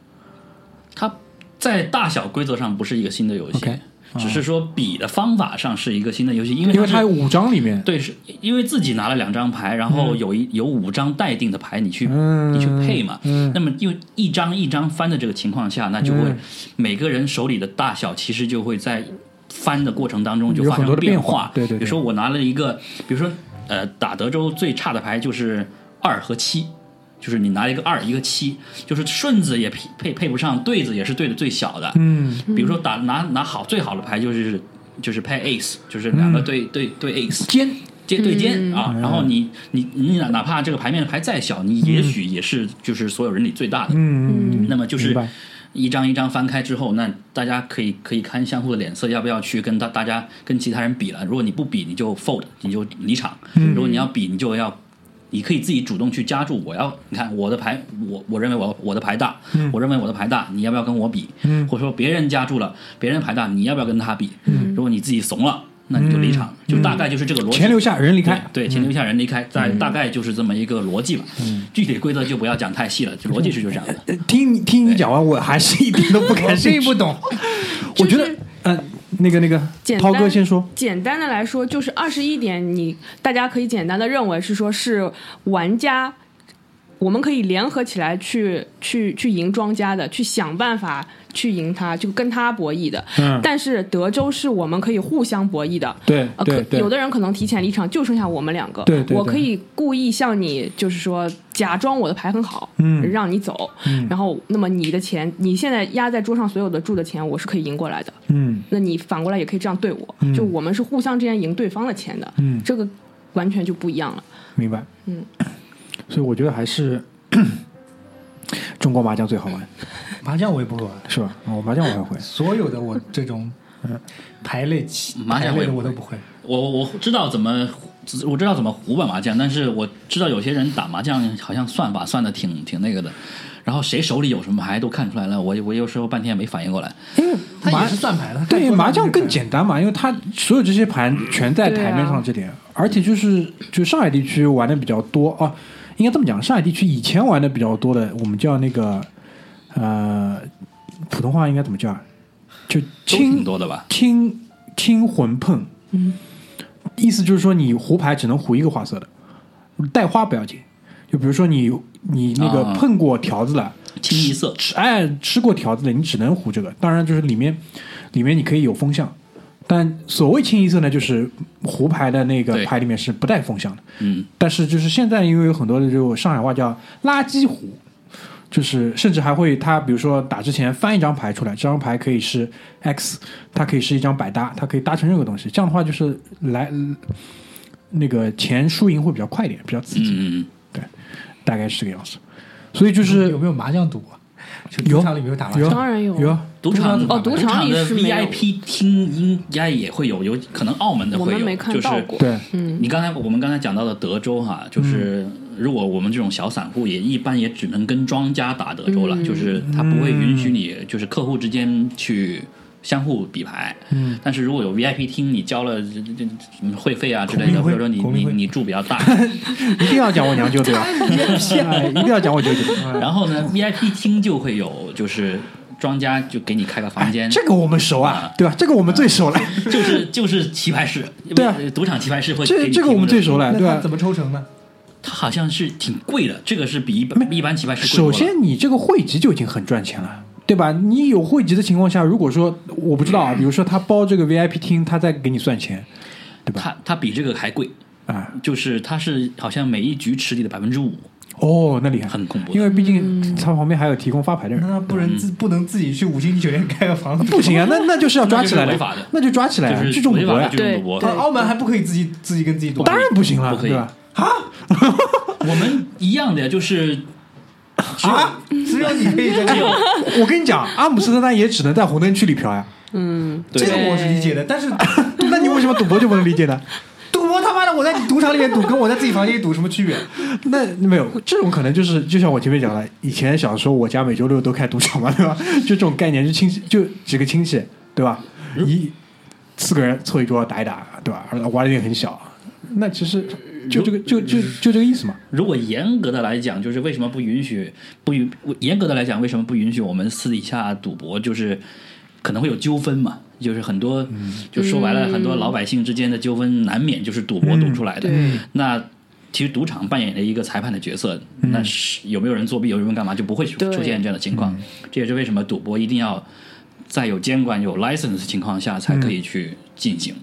S3: 它在大小规则上不是一个新的游戏
S1: OK，
S3: 只是说比的方法上是一个新的游戏，因为
S1: 因为
S3: 是
S1: 它有五张里面，
S3: 对，是因为自己拿了两张牌，然后有一、有五张待定的牌，你去、
S1: 嗯
S3: 你去配嘛。
S1: 嗯
S3: 那么又一张一张翻的这个情况下，那就会、
S1: 嗯
S3: 每个人手里的大小其实就会在翻的过程当中就
S1: 有
S3: 发
S1: 很多
S3: 生
S1: 的
S3: 变
S1: 变化对对对
S3: 比如说我拿了一个，比如说呃打德州最差的牌就是二和七。就是你拿了一个二一个七，就是顺子也配配配不上，对子也是对的最小的，
S1: 嗯
S3: 比如说打拿拿好最好的牌就是就是拍 ace，就是两
S1: 嗯
S3: 个对、对对 ace 尖尖对尖、啊，然后你你你哪哪怕这个牌面牌再小，你也许也是就是所有人里最大的。
S1: 嗯嗯，
S3: 那么就
S1: 明
S3: 是
S1: 白
S3: 一张一张翻开之后，那大家可以可以看相互的脸色，要不要去跟大大家跟其他人比了？如果你不比，你就 fold，你就离场；
S1: 嗯
S3: 如果你要比，你就要。你可以自己主动去加注，我要你看我的牌，我我认为我我的牌大，
S1: 嗯
S3: 我认为我的牌大，你要不要跟我比？或者说别人加注了，别人牌大，你要不要跟他比？
S1: 嗯
S3: 如果你自己怂了，那你就离场，就大概就是这个逻辑。
S1: 钱留下人离开，嗯
S3: 对，对，钱留下人离开，大大概就是这么一个逻辑吧。具体规则就不要讲太细了，就逻辑是就这样的。
S1: 呃听你听你讲完，我还是一点都不感兴 趣，
S2: 我并不懂。
S1: 我觉
S4: 就
S1: 得
S4: 是，
S1: 嗯，那个那个
S4: 简，单
S1: 涛哥先说，
S4: 简单的来说，就是二十一点你，大家可以简单的认为是说是玩家，我们可以联合起来去去去赢庄家的，去想办法去赢他，就跟他博弈的。
S1: 嗯
S4: 但是德州是我们可以互相博弈的。
S1: 对
S4: 呃，
S1: 对
S4: 可
S1: 对
S4: 有的人可能提前离场，就剩下我们两个。
S1: 对对
S4: 我
S1: 对
S4: 可以故意向你，就是说假装我的牌很好，
S1: 嗯
S4: 让你走，然后那么你的钱，你现在压在桌上所有的注的钱，我是可以赢过来的。
S1: 嗯
S4: 那你反过来也可以这样对我，就我们是互相之间赢对方的钱的，
S1: 嗯
S4: 这个完全就不一样了。
S1: 明白，
S4: 嗯，
S1: 所以我觉得还是 中国麻将最好玩，
S2: 麻将我也不会玩，
S1: 是吧？啊我麻将我还会，
S2: 所有的我这种牌类棋、
S3: 麻
S2: 牌
S3: 将我也
S2: 类的
S3: 不
S2: 我都不会。
S3: 我我知道怎么我知道怎么胡玩麻将，但是我知道有些人打麻将好像算法算的挺挺那个的，然后谁手里有什么牌都看出来了，我我有时候半天也没反应过来。
S1: 因为
S2: 他
S1: 麻
S2: 也是算牌的，他
S1: 对
S2: 看
S1: 麻将
S2: 过来
S1: 更简单嘛，因为它所有这些盘全在台面上，这点，而且就是就上海地区玩的比较多哦、应该这么讲，上海地区以前玩的比较多的，我们叫那个呃，普通话应该怎么叫啊？就
S3: 都
S1: 清
S3: 挺多的吧？
S1: 清清魂碰，嗯，意思就是说你胡牌只能胡一个花色的，带花不要紧。就比如说你你那个
S3: 啊
S1: 碰过条子了，
S3: 清一色，
S1: 吃哎吃过条子的，你只能胡这个。当然就是里面里面你可以有风向，但所谓清一色呢，就是胡牌的那个
S3: 对
S1: 牌里面是不带风向的。
S3: 嗯，
S1: 但是就是现在因为有很多的就上海话叫垃圾胡，就是甚至还会他比如说打之前翻一张牌出来，这张牌可以是 X，它可以是一张百搭，它可以搭成任何东西。这样的话就是来那个钱输赢会比较快一点，比较刺激，
S3: 嗯，嗯
S1: 大概是这个样子。所以就是
S2: 有没有麻将赌啊？就赌
S1: 有
S2: 场里面有打麻
S1: 有
S2: 将，
S4: 当然有
S1: 有啊。
S3: 嗯赌场
S4: 哦赌场
S3: 场
S4: 里
S3: 的
S4: 是没有
S3: VIP 厅应该也会有，有可能澳门的
S4: 我
S3: 会
S4: 们
S3: 有，
S4: 没看到过。
S1: 对，
S3: 就是你刚才我们刚才讲到的德州哈，就是
S1: 嗯
S3: 如果我们这种小散户也一般也只能跟庄家打德州了，
S1: 嗯
S3: 就是他不会允许你就是客户之间去。相互比牌，嗯，但是如果有 VIP 厅，你交了这这什么会费啊之类的，
S2: 孔
S3: 或
S2: 令辉
S3: 者说你
S2: 孔令
S3: 你
S2: 辉
S3: 你住比较 大，
S1: 一定要讲我娘舅 对吧？哎一定要讲我舅舅。哎
S3: 然后呢，VIP 厅就会有就是庄家就给你开个房间，
S1: 哎这个我们熟啊，对吧？这个我们最熟
S3: 啊
S1: 了，
S3: 就是就是棋牌室，
S1: 对啊
S3: 呃赌场棋牌室会给
S1: 这
S3: 你
S1: 这个
S3: 提
S1: 我们
S3: 供
S1: 最
S3: 的
S1: 熟了，
S2: 那
S1: 对啊
S2: 他
S1: 吧
S2: 怎？么抽成呢？
S3: 它好像是挺贵的，这个是比一般一般棋牌室贵多
S1: 首
S3: 了。
S1: 先，你这个汇集就已经很赚钱了。对吧？你有汇集的情况下，如果说我不知道啊，
S3: 嗯
S1: 比如说他包这个 VIP 厅，他再给你算钱
S3: 它它比这个还贵，
S1: 啊、
S3: 就是它是好像每一局池里的百分之五，
S1: 哦，那厉害，
S3: 很恐怖的嗯
S1: 因为毕
S4: 嗯
S1: 竟他旁边还有提供发牌的人，
S2: 那他不能自不能自己去五星级酒店开个房
S1: 嗯
S2: 子？
S1: 不行啊，那那就是要抓起来
S3: 那就是违法的
S1: 那就抓起来啊，
S3: 就
S1: 聚
S3: 是
S1: 众赌
S3: 违法
S1: 博
S3: 的
S1: 呀
S3: 聚，众赌博。
S4: 对
S2: 澳门还不可以自己自己跟自己赌
S3: 不，
S1: 当然不行了，
S3: 不可以
S1: 对吧？
S3: 我们一样的呀，就是
S2: 啊，只有你可以这
S3: 只有
S2: 样。
S1: 我跟你讲，阿姆斯特丹也只能在红灯区里嫖呀，
S4: 嗯，
S2: 这
S3: 对
S2: 个我是理解的，但是
S1: 那你为什么赌博就不能理解呢？
S2: 赌博他妈的，我在赌场里面赌，跟我在自己房间里赌什么区别？
S1: 那没有这种可能就是，就像我前面讲的，以前小时候我家每周六都开赌场嘛，对吧？ 就这种概念，就亲戚就几个亲戚，对吧？一四个人凑一桌打一打，对吧？玩的也很小，那其实就这个就就就这个意思嘛。
S3: 如果严格的来讲，就是为什么不允许不允严格的来讲，为什么不允许我们私底下赌博？就是可能会有纠纷嘛，就是很多，
S4: 嗯
S3: 就说白了，很多老百姓之间的纠纷难免就是赌博赌出来的。
S4: 嗯对
S3: 那其实赌场扮演了一个裁判的角色，那是有没有人作弊，有没有人干嘛，就不会出
S4: 嗯对嗯
S3: 出现这样的情况。这也是为什么赌博一定要在有监管、有 license 的情况下才可以去进
S4: 嗯
S3: 行。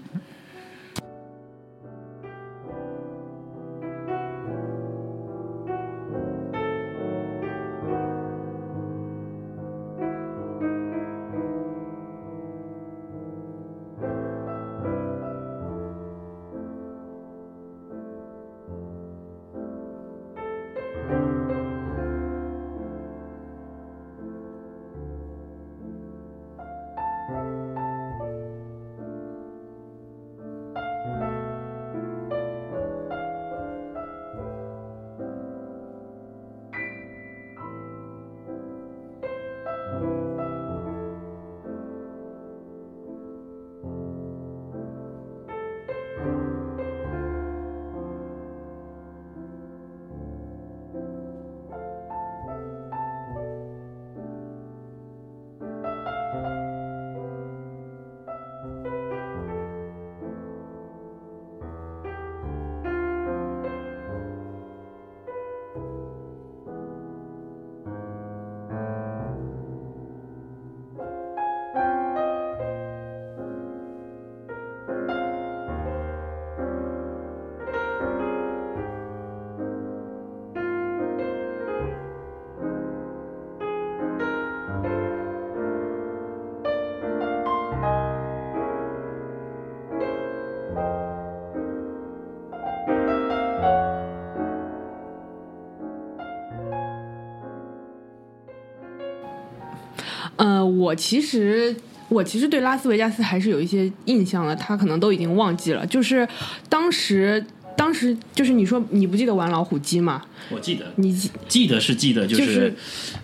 S4: 呃，我其实。我其实对拉斯维加斯还是有一些印象的，他可能都已经忘记了。就是当时当时就是你说你不记得玩老虎机吗？
S3: 我记得
S4: 你记
S3: 记得是记得，就是、
S4: 就是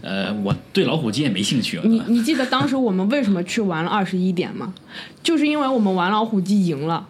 S3: 呃，我对老虎机也没兴趣了。
S4: 你 你记得当时我们为什么去玩了二十一点吗？就是因为我们玩老虎机赢了。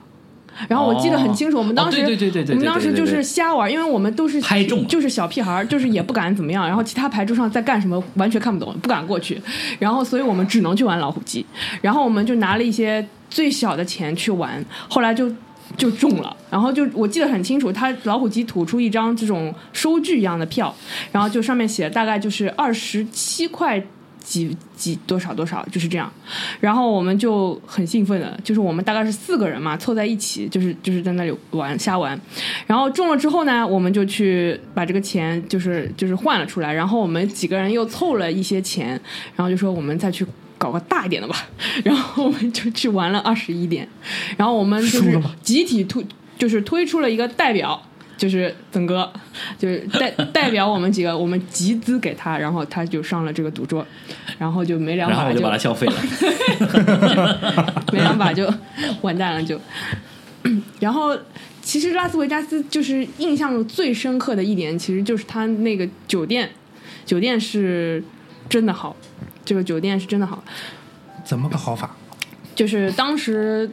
S4: 然后我记得很清楚，
S3: 哦
S4: 我们当时、
S3: 哦对对对对对对
S4: 我们当时就
S3: 对对
S4: 是
S3: 对
S4: 瞎玩，因为我们都是
S3: 拍中了
S4: 就是小屁孩儿，就是也不敢怎么样。然后其他牌桌上在干什么完全看不懂，不敢过去。然后所以我们只能去玩老虎机。然后我们就拿了一些最小的钱去玩，后来就。就中了，然后就我记得很清楚，他老虎机吐出一张这种收据一样的票，然后就上面写大概就是二十七块几几多少多少，就是这样。然后我们就很兴奋的，就是我们大概是四个人嘛，凑在一起，就是就是在那里玩瞎玩。然后中了之后呢，我们就去把这个钱就是就是换了出来，然后我们几个人又凑了一些钱，然后就说我们再去。搞个大一点的吧， 然后我们就去玩了二十一点，然后我们就
S2: 输了
S4: 是
S2: 吗
S4: 集体推，就是推出了一个代表，就是曾哥，就是 代代表我们几个，我们集资给他，然后他就上了这个赌桌，然后就没两
S3: 然后
S4: 把
S3: 我
S4: 就
S3: 就把它消 费了。
S4: 没两把就完蛋了就。然后，其实拉斯维加斯就是印象最深刻的一点，其实就是它那个酒店，酒店是真的好，这个酒店是真的好。
S2: 怎么个好法？
S4: 就是当时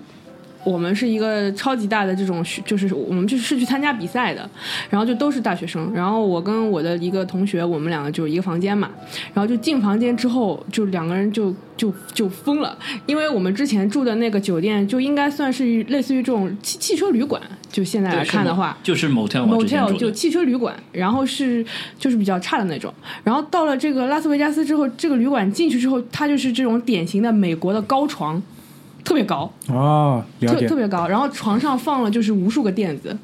S4: 我们是一个超级大的这种学，就是我们就是去参加比赛的，然后就都是大学生，然后我跟我的一个同学，我们两个就一个房间嘛，然后就进房间之后，就两个人就就就疯了，因为我们之前住的那个酒店就应该算是类似于这种汽汽车旅馆，就现在来看的话，
S3: 就是 motel 我之前
S4: motel
S3: 住
S4: 就
S3: 的
S4: 汽车旅馆，然后是就是比较差的那种。然后到了这个拉斯维加斯之后，这个旅馆进去之后，它就是这种典型的美国的高床，特别高，
S1: 哦，了
S4: 特
S1: 解
S4: 特。别高。然后床上放了就是无数个垫子。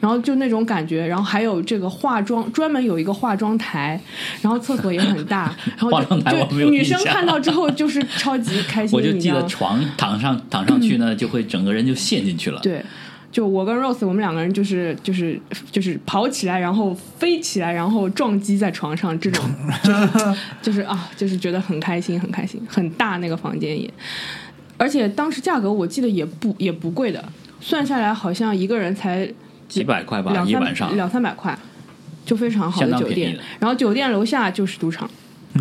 S4: 然后就那种感觉，然后还有这个化妆，专门有一个化妆台，然后厕所也很大，然 后
S3: 化妆台
S4: 就
S3: 我没
S4: 就
S3: 有
S4: 女
S3: 印
S4: 生
S3: 象
S4: 看到之后就是超级开 心，
S3: 我就
S4: 你知
S3: 记
S4: 道
S3: 得
S4: 吗
S3: 床躺 上躺上去呢，就会整个人就陷进去了。
S4: 对，就我跟 Rose，我们两个人就是就是就是跑起来，然后飞起来，然后撞击在床上，这 种就是就是啊，就是觉得很开心，很开心，很大那个房间也，而且当时价格我记得也不也不贵的，算下来好像一个人才
S3: 几百块吧，
S4: 两
S3: 一
S4: 三
S3: 晚上。
S4: 两三百块，就非常好
S3: 相
S4: 的
S3: 当
S4: 酒
S3: 便宜
S4: 店
S3: 了。
S4: 然后酒店楼下就是赌场，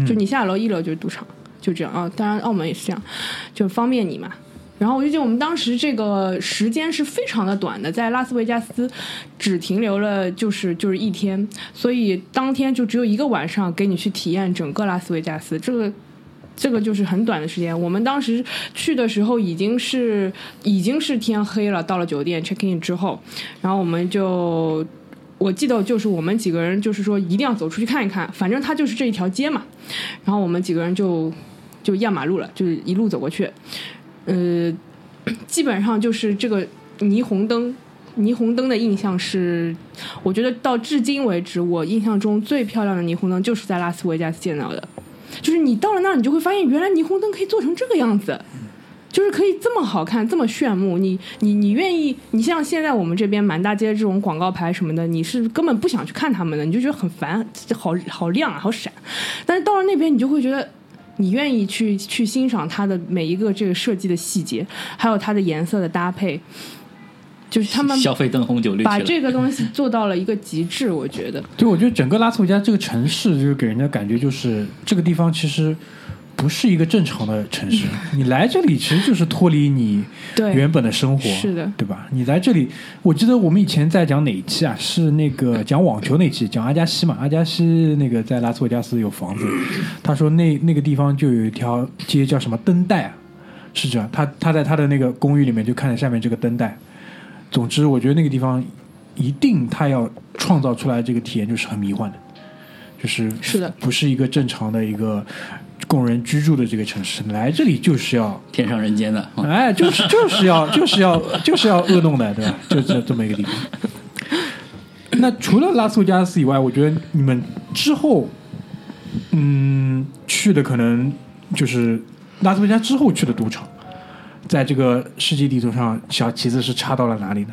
S4: 就你下楼一楼就是赌场，就这样啊。当然澳门也是这样，就方便你嘛。然后我就记得我们当时这个时间是非常的短的，在拉斯维加斯只停留了就是就是一天，所以当天就只有一个晚上给你去体验整个拉斯维加斯这个。这个就是很短的时间。我们当时去的时候已经是已经是天黑了，到了酒店 check in 之后，然后我们就我记得就是我们几个人就是说一定要走出去看一看，反正它就是这一条街嘛。然后我们几个人就就压马路了，就是一路走过去，呃，基本上就是这个霓虹灯。霓虹灯的印象是，我觉得到至今为止，我印象中最漂亮的霓虹灯就是在拉斯维加斯见到的。就是你到了那儿，你就会发现，原来霓虹灯可以做成这个样子，就是可以这么好看，这么炫目。你你你愿意？你像现在我们这边满大街这种广告牌什么的，你是根本不想去看他们的，你就觉得很烦，好好亮啊，好闪。但是到了那边，你就会觉得。你愿意去去欣赏它的每一个这个设计的细节，还有它的颜色的搭配，就是他们
S3: 消费灯红酒绿去
S4: 把
S3: 了。
S4: 这个东西做到了一个极致，我 觉得。
S1: 对，我觉得整个拉斯维加斯这个城市，就是给人的感觉就是这个地方其实不是一个正常的城市。你来这里其实就是脱离你
S4: 嗯对
S1: 原本的生活，
S4: 是的
S1: 对吧？你来这里，我记得我们以前在讲哪一期啊？是那个讲网球那期，讲阿加西嘛。阿加西那个在拉斯维加斯有房子，
S4: 嗯
S1: 他说那那个地方就有一条街叫什么灯带啊，是这样。他他在他的那个公寓里面就看着下面这个灯带。总之，我觉得那个地方一定他要创造出来这个体验就是很迷幻的，就是
S4: 是的
S1: 不是一个正常的一个供人居住的这个城市。来这里就是要
S3: 天上人间的，嗯
S1: 哎，就是就是 要就是要就是要恶弄的，对吧？就这这么一个地方。那除了拉斯维加斯以外，我觉得你们之后，嗯，去的可能就是拉斯维加斯之后去的赌场，在这个世界地图上，小旗子是插到了哪里呢？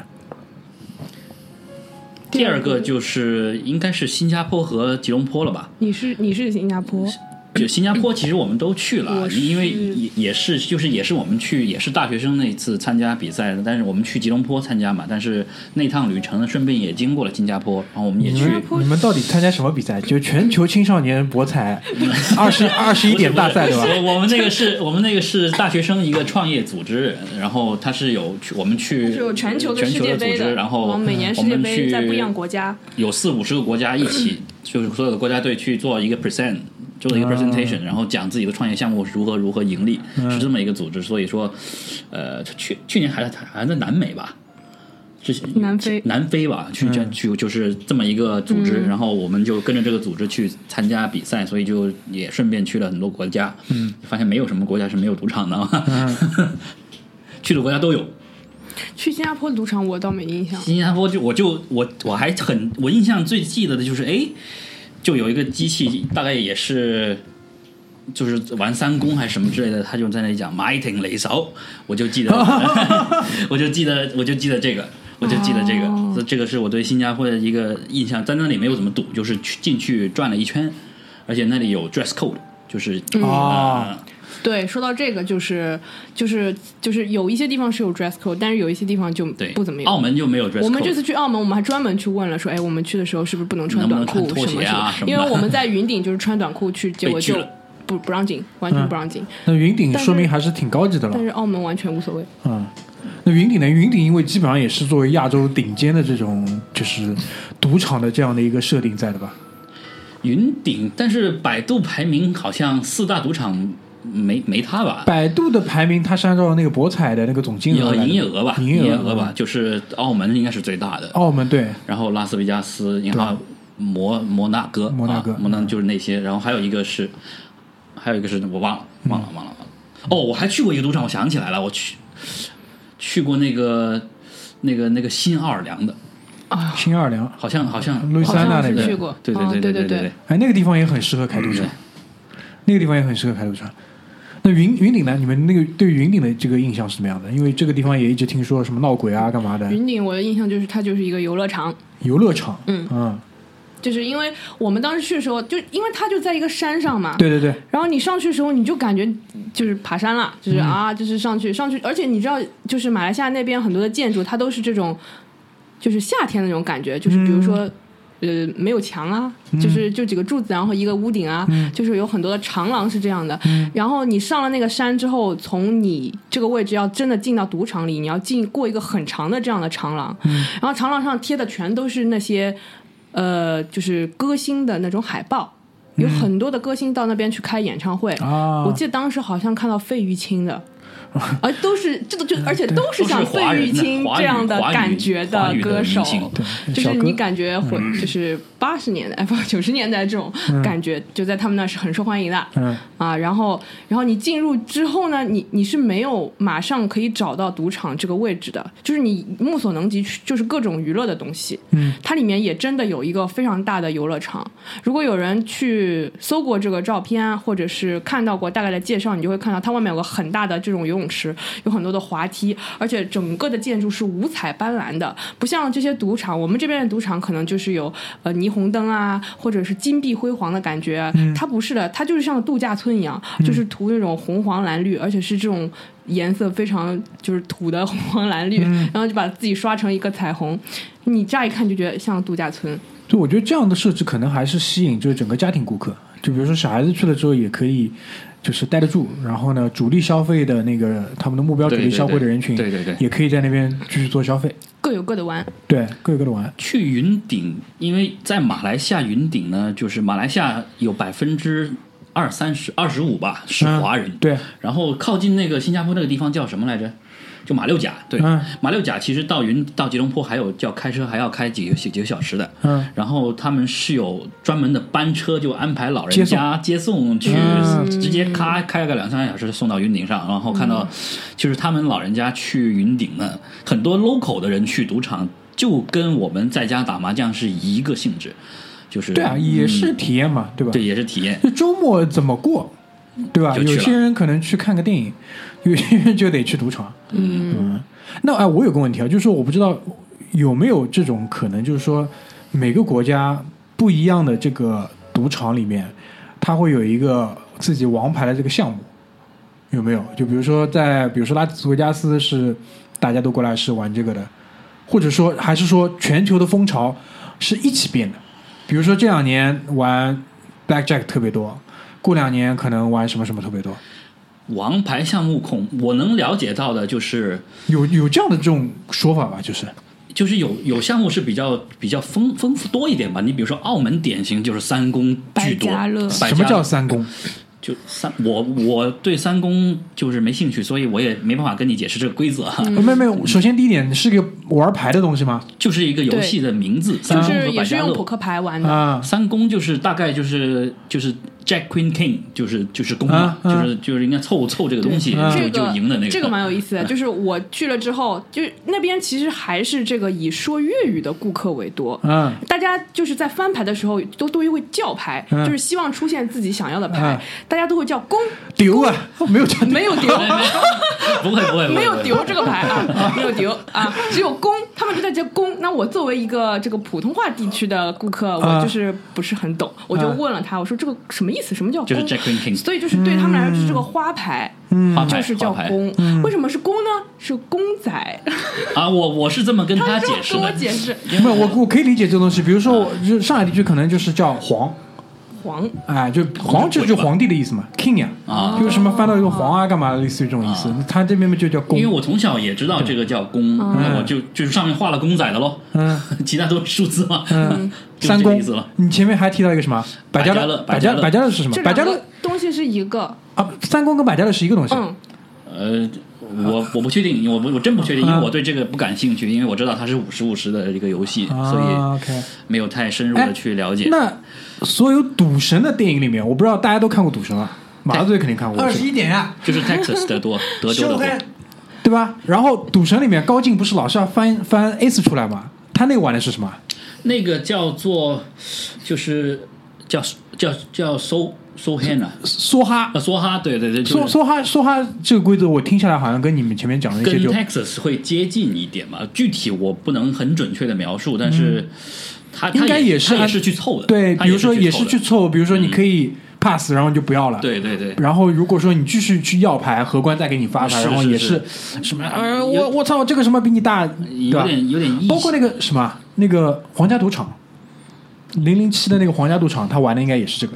S3: 第二个就是应该是新加坡和吉隆坡了吧？
S4: 你是你是新加坡，
S3: 就新加坡，其实我们都去了，啊
S4: 我是
S3: 因为也也是就是也是我们去也是大学生那一次参加比赛的，但是我们去吉隆坡参加嘛，但是那趟旅程顺便也经过了新加坡，然后我们也去
S1: 你
S4: 嗯
S1: 们你们到底参加什么比赛？就全球青少年博彩二十二十一点大赛对吧？
S3: 我我们那个是 我们那个是大学生一个创业组织，然后它是有去我们去
S4: 是有全球的
S3: 全
S4: 世
S3: 球
S4: 界
S3: 组
S4: 杯
S3: 织，
S4: 的，
S3: 然后
S4: 我们每年世界
S3: 我们去
S4: 杯在不一样国家，
S3: 有四五十个国家一 起，就是所有的国家队去做一个 present，做一个 presentation，、然后讲自己的创业项目是如何如何盈利，是这么一个组织。所以说，呃，去去年还在还在南美吧。之前
S4: 南非嗯
S3: 南非吧，去这去就是这么一个组织，然后我们就跟着这个组织去参加比赛，所以就也顺便去了很多国家。嗯，发现没有什么国家是没有赌场的啊， 去的国家都有。
S4: 去新加坡赌场我倒没印象。
S3: 新加坡就我就我我还很我印象最记得的就是哎，就有一个机器，大概也是就是玩三公还是什么之类的，他就在那里讲马挺雷勺，我就 记得， 我就记得我就记得这个。我就记得这个，
S4: 哦
S3: 这个是我对新加坡的一个印象，在那里没有怎么赌，就是去进去转了一圈，而且那里有 dress code，就是
S4: 嗯
S1: 哦
S3: 呃
S4: 对，说到这个，就是就是就是有一些地方是有 dress code，但是有一些地方就
S3: 对，
S4: 不怎么有。
S3: 澳门就没有 dress code，
S4: 我们这次去澳门，我们还专门去问了说，哎，我们去的时候是不是不能穿
S3: 能不
S4: 短
S3: 能穿
S4: 裤
S3: 拖
S4: 什么
S3: 鞋啊
S4: 什么
S3: 什么
S4: 的？因为
S3: 的
S4: 我们在云顶就是穿短 裤去，结
S3: 被
S4: 果
S3: 拒
S4: 就
S3: 了
S4: 不不让进，完全不让进。
S1: 那云顶
S4: 但是
S1: 说明还是挺高级的了
S4: 但。是澳门完全无所谓。
S1: 嗯，那云顶呢？云顶因为基本上也是作为亚洲顶尖的这种就是赌场的这样的一个设定在的吧？
S3: 云顶，但是百度排名好像四大赌场没没它吧？
S1: 百度的排名它是按照那个博彩的那个总金额
S3: 呃
S1: 来的
S3: 营业额吧，
S1: 营
S3: 营
S1: 业
S3: 业
S1: 额嗯
S3: 额吧，。就是澳门应该是最大的，
S1: 澳门对，
S3: 然后拉斯维加斯，然后
S1: 对
S3: 摩摩纳哥，
S1: 摩纳哥嗯
S3: 啊摩纳就是那些，然后还有一个是，还有一个是我忘了，
S1: 嗯
S3: 忘了，忘了，忘了。哦，我还去过一个赌场，我想起来了，我去去过那个那个那个新奥尔良的，
S1: 新奥尔良，
S3: 好像好像
S1: 路易斯安那
S4: 好像是
S1: 边
S4: 去过
S3: 对对
S4: 哦
S3: 对
S4: 对
S3: 对
S4: 对
S3: 对
S4: 对，
S1: 哎，那个地方也很适合开赌
S3: 嗯
S1: 场，那个地方也很适合开赌场。那云云顶呢？你们那个对云顶的这个印象是什么样的？因为这个地方也一直听说什么闹鬼啊、干嘛的
S4: 云顶我的印象就是它就是一个游乐场，
S1: 游乐场，
S4: 嗯就是因为我们当时去的时候，就因为它就在一个山上嘛，
S1: 对对对，
S4: 然后你上去的时候，你就感觉就是爬山了，就是、啊，就是上去上去，而且你知道，就是马来西亚那边很多的建筑，它都是这种，就是夏天的那种感觉，就是比如说。呃，没有墙啊，就是就几个柱子，然后一个屋顶啊，就是有很多的长廊是这样的。然后你上了那个山之后，从你这个位置要真的进到赌场里，你要进过一个很长的这样的长廊，然后长廊上贴的全都是那些呃，就是歌星的那种海报，有很多的歌星到那边去开演唱会。
S1: 啊
S4: 我记得当时好像看到费玉清的，而啊都是这个就而且都是像
S3: 都是华
S4: 费
S3: 人
S4: 玉清
S3: 华
S4: 这
S3: 语
S4: 样的
S3: 华语
S4: 感觉
S3: 华语的
S4: 歌手
S3: 明。星
S4: 就
S1: 小
S4: 是
S1: 哥
S4: 你感觉回，就是八十年代、不九十年代这种
S3: 嗯
S4: 感觉，就在他们那是很受欢迎的。
S1: 嗯，
S4: 啊，然后然后你进入之后呢，你你是没有马上可以找到赌场这个位置的，就是你目所能及去就是各种娱乐的东西。
S1: 嗯，
S4: 它里面也真的有一个非常大的游乐场。如果有人去搜过这个照片啊，或者是看到过大概的介绍，你就会看到它外面有个很大的这种游泳池，有很多的滑梯，而且整个的建筑是五彩斑斓的，不像这些赌场，我们这边的赌场可能就是有呃霓虹灯啊，或者是金碧辉煌的感觉啊，
S1: 嗯
S4: 它不是的，它就是像度假村一样，就是涂那种红黄蓝绿，而且是这种。颜色非常就是土的红黄蓝绿，
S1: 嗯
S4: 然后就把自己刷成一个彩虹，你乍一看就觉得像度假村，
S1: 对，我觉得这样的设置可能还是吸引就是整个家庭顾客，就比如说小孩子去了之后也可以就是待得住，然后呢，主力消费的那个他们的目标主
S3: 对
S1: 力
S3: 对
S1: 消费的
S3: 对
S1: 人群，
S3: 对对对
S1: 也可以在那边继续做消费，
S4: 各有各的玩。
S1: 对，各有各的玩，
S3: 去云顶，因为在马来西亚云顶呢，就是马来西亚有百分之二三十、二十五吧是华人、
S1: 嗯对，
S3: 然后靠近那个新加坡那个地方叫什么来着？就马六甲，对，
S1: 嗯
S3: 马六甲其实到云到吉隆坡还有要开车还要开几个几几个小时的，
S1: 嗯，
S3: 然后他们是有专门的班车，就安排老
S1: 接
S3: 人
S1: 送
S3: 家接送去，
S1: 嗯
S3: 直接咔开个两三个小时送到云顶上。然后看到，就是他们老人家去云顶呢，很多 local 的人去赌场，就跟我们在家打麻将是一个性质，就是嗯
S1: 对啊，也是体验嘛，对吧？
S3: 对，也是体验。
S1: 就 周末怎么过，对吧？
S3: 就去
S1: 有
S3: 了
S1: 些人可能去看个电影， 有些人就得去赌场。嗯，那哎，我有个问题啊，就是说我不知道有没有这种可能，就是说每个国家不一样的这个赌场里面，它会有一个自己王牌的这个项目，有没有？就比如说在，比如说拉斯维加斯是大家都过来是玩这个的，或者说还是说全球的风潮是一起变的？比如说这两年玩 blackjack 特别多，过两年可能玩什么什么特别多，
S3: 王牌项目恐，我能了解到的就是，
S1: 有有这样的这种说法吧？就是
S3: 就是有有项目是比较比较丰丰富多一点吧。你比如说澳门典型就是三公
S4: 百
S3: 巨多，
S4: 家乐
S3: 百
S1: 什么
S3: 家
S1: 叫三公？
S3: 就三？我我对三公就是没兴趣，所以我也没办法跟你解释这个规则啊哈。
S1: 呃没有没有，首先第一点是个玩牌的东西吗？
S3: 就是一个游戏的名字，三
S4: 就
S3: 公
S4: 是
S3: 和
S4: 也
S3: 嗯百
S4: 是
S3: 家
S4: 用
S3: 乐
S4: 扑。克牌玩
S3: 嗯
S4: 的。
S1: 啊，
S3: 三公就是大概就是就是 Jack Queen King，就是就是公嘛，
S1: 啊啊
S3: 就是就是应该凑凑这个东西就、
S1: 嗯
S4: 这
S3: 就
S4: 个
S3: 赢的那嗯
S4: 这个蛮有意思的，就是我去了之后，就是那边其实还是这个以说粤语的顾客为多，
S1: 嗯，
S4: 大家就是在翻牌的时候都都会叫牌，
S1: 嗯
S4: 就是希望出现自己想要的牌，
S1: 嗯
S4: 大家都会叫公，
S1: 丢啊，没有这
S4: 没有 丢。
S1: 哦
S3: 不会不会不会
S4: 没有
S3: 不会
S4: 丢这个牌啊，没有丢啊，只有公，他们就在叫公。那我作为一个这个普通话地区的顾
S1: 啊
S4: 客，我就是不是很懂，我就问了他，我说这个什么意思？什么叫
S3: 就是
S4: 公
S3: Jack Queen King
S4: 所以就是对他们来说，就是这个花牌，
S1: 嗯
S3: 花牌
S4: 就是叫
S3: 花牌
S4: 公。为什么是公呢？是公仔，
S3: 啊！我我是这么跟他
S4: 这么
S3: 解释
S4: 跟我
S3: 的，
S4: 解释
S1: 没有，我我可以理解这个东西。比如说，我就上海地区可能就是叫皇，
S4: 黄
S1: 哎，就皇就就皇帝的意思嘛，king 呀，
S3: 啊
S1: 就是什么翻到一个皇啊，干嘛类似于这种意思。他这边就叫公
S3: 因为，我从小也知道这个叫公，那我就就是上面画了公仔的喽，
S1: 嗯，
S3: 其他都是数字嘛，嗯 就是
S1: 三
S3: 这个
S1: 公
S3: 意思了。。
S1: 你前面还提到一个什么？百家乐，百
S3: 百
S1: 家
S3: 家
S1: 乐
S3: 乐
S1: 百家乐是什么
S4: 这？
S1: 百
S4: 两
S1: 家乐
S4: 个东西是一个，
S1: 啊，三公跟百家乐是一个东西。
S4: 嗯，
S3: 呃， 我我不确定，我不我真不确定，因
S1: 啊
S3: 为我对这个不感兴趣，因为我知道它是五十五十的一个游戏，所
S1: 啊
S3: 以
S1: OK，哎
S3: 没有太深入的去了解。
S1: 那所有赌神的电影里面，我不知道大家都看过赌神啊，马大嘴肯定看过，
S2: 二十一点啊呀、
S3: 就是 Texas 的多，德州
S2: 秀
S3: 的多
S2: 恩，
S1: 对吧？然后赌神里面高进不是老是要翻翻 ace 出来吗？他那个玩的是什么？
S3: 那个叫做就是叫叫叫 So So Hand 啊，
S1: 梭哈
S3: 啊，梭哈，对对对，就
S1: 梭
S3: 是
S1: 梭哈梭哈这个规则，我听下来好像跟你们前面讲的那
S3: 跟
S1: 些就
S3: Texas 会接近一点嘛，具体我不能很准确的描述，但是它它
S1: 嗯应该也
S3: 也
S1: 是
S3: 它也
S1: 按
S3: 是去凑的，
S1: 对，
S3: 它
S1: 比如说也
S3: 也
S1: 是去
S3: 去凑的
S1: 凑，
S3: 嗯
S1: 比如说你可以 pass，然后你就不要了。。
S3: 对对对，
S1: 然后如果说你继续去要牌，荷官再给你发牌，
S3: 是
S1: 然后
S3: 是
S1: 也
S3: 是
S1: 什么呃，我我操，这个什么比你大，对
S3: 有
S1: 吧？
S3: 点有点意
S1: 包括那个什么那个皇家赌场，零零七的那个皇家赌场，他玩的应该也是这个，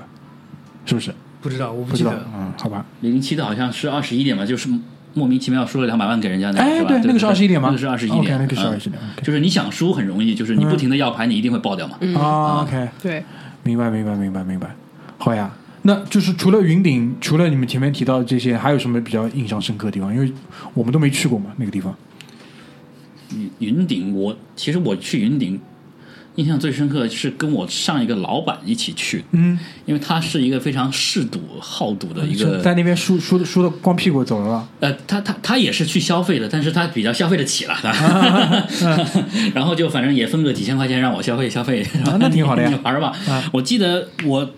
S1: 是不是？
S2: 不知道，我
S1: 不
S2: 不
S1: 知
S2: 记
S1: 道
S2: 得，。
S1: 嗯，好吧。
S3: 零零七的好像是二十一点吧，就是莫名其妙输了两百万给人家那个，
S1: 哎
S3: 是吧？
S1: 对那个是21点吗哦
S3: 那个是二十一
S1: OK，
S3: 点，
S1: 那个是21
S3: 嗯
S1: 点，OK
S3: 就是你想输很容易，就是你不停的要牌，你一定会爆掉嘛。
S1: 啊，OK，
S4: 对，
S1: 明白，明白，明白，明白。好呀，那就是除了云顶，除了你们前面提到的这些，还有什么比较印象深刻的地方？因为我们都没去过嘛，那个地方。
S3: 云云顶，我其实我去云顶。印象最深刻是跟我上一个老板一起去，
S1: 嗯，
S3: 因为他是一个非常嗜赌、好赌的一个
S1: 就在那边输输的输的光屁股走了吧？
S3: 呃，他他他也是去消费的，但是他比较消费得起了，他
S1: 啊
S3: 然后就反正也分个几千块钱让我消费消费，然后
S1: 啊那挺 好的呀啊
S3: 你玩吧。我记得我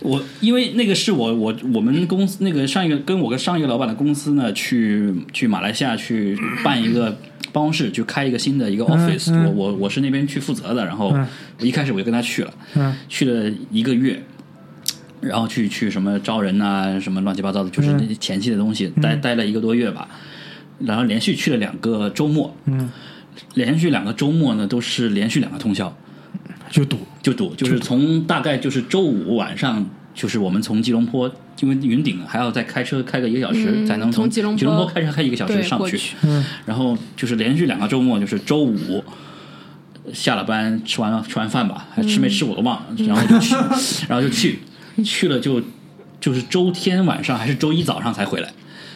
S3: 我因为那个是我我我们公司那个上一个跟我跟上一个老板的公司呢，去去马来西亚去办一个。办公室去开一个新的一个 office，、
S1: 嗯
S3: 我我我是那边去负责的，然后
S1: 嗯
S3: 我一开始我就跟他去了，
S1: 嗯
S3: 去了一个月，然后去去什么招人啊，什么乱七八糟的，就是那些前期的东西，待待了一个多月吧，然后连续去了两个周末，
S1: 嗯，
S3: 连续两个周末呢都是连续两个通宵
S1: 就赌。
S3: 就赌，就是从大概就是周五晚上。就是我们从吉隆坡，因为云顶还要再开车开个一个小时，
S4: 嗯
S3: 才能
S4: 从吉隆坡
S3: 吉隆坡开车开一个小时
S4: 对
S3: 上
S4: 过
S3: 去。
S4: 去
S1: 嗯
S3: 然后就是连续两个周末，就是周五下了班吃完吃完饭吧，还吃没吃我都忘了，然后就 去，然后就去，去了就就是周天晚上还是周一早上才回来，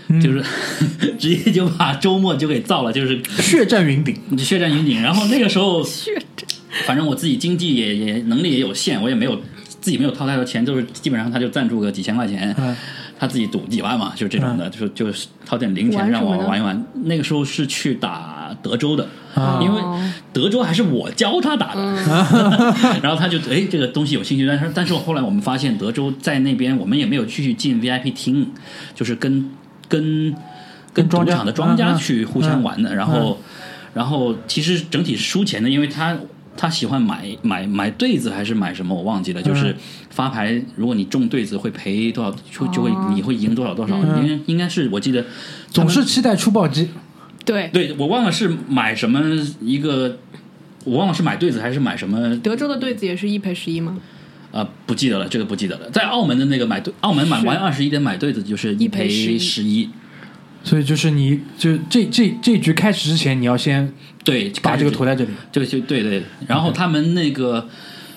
S4: 嗯
S3: 就是 直接就把周末就给造了，就是
S1: 血战云顶，
S3: 血战云顶。然后那个时候，
S4: 血战
S3: 反正我自己经济也也能力也有限，我也没有自己没有掏太多钱，就是基本上他就赞助个几千块钱，
S1: 嗯
S3: 他自己赌几万嘛，就这种的，就是就是掏点零钱
S4: 玩什
S3: 让
S4: 么
S3: 我
S4: 呢
S3: 玩一玩。那个时候是去打德州的，
S1: 啊
S3: 因为
S4: 哦
S3: 德州还是我教他打的，
S4: 嗯
S3: 然后他就哎这个东西有兴趣，但是但是我后来我们发现德州在那边我们也没有去进 VIP 厅，就是跟跟
S1: 跟
S3: 跟
S1: 庄
S3: 赌
S1: 家
S3: 场的庄
S1: 嗯
S3: 家
S1: 嗯
S3: 去互相玩的，然后然后其实整体是输钱的，因为他他喜欢买买买对子还是买什么，我忘记了。就是发牌，如果你中对子会赔多少，就就会
S4: 哦
S3: 你会赢多少多少。应该应该是我记得他
S1: 总
S3: 们
S1: 是期待出暴击，
S4: 对，
S3: 对我忘了是买什么一个，我忘了是买对子还是买什么
S4: 德州的对子也是一赔十一吗？
S3: 呃，不记得了，这个不记得了。在澳门的那个买对，澳门买
S4: 是
S3: 玩二十一点买对子就是一赔
S4: 一赔
S3: 十一，
S1: 所以就是你就这这这局开始之前，你要先
S3: 对，
S1: 把这个
S3: 开始
S1: 投在这里。
S3: 就就对对。然后他们那个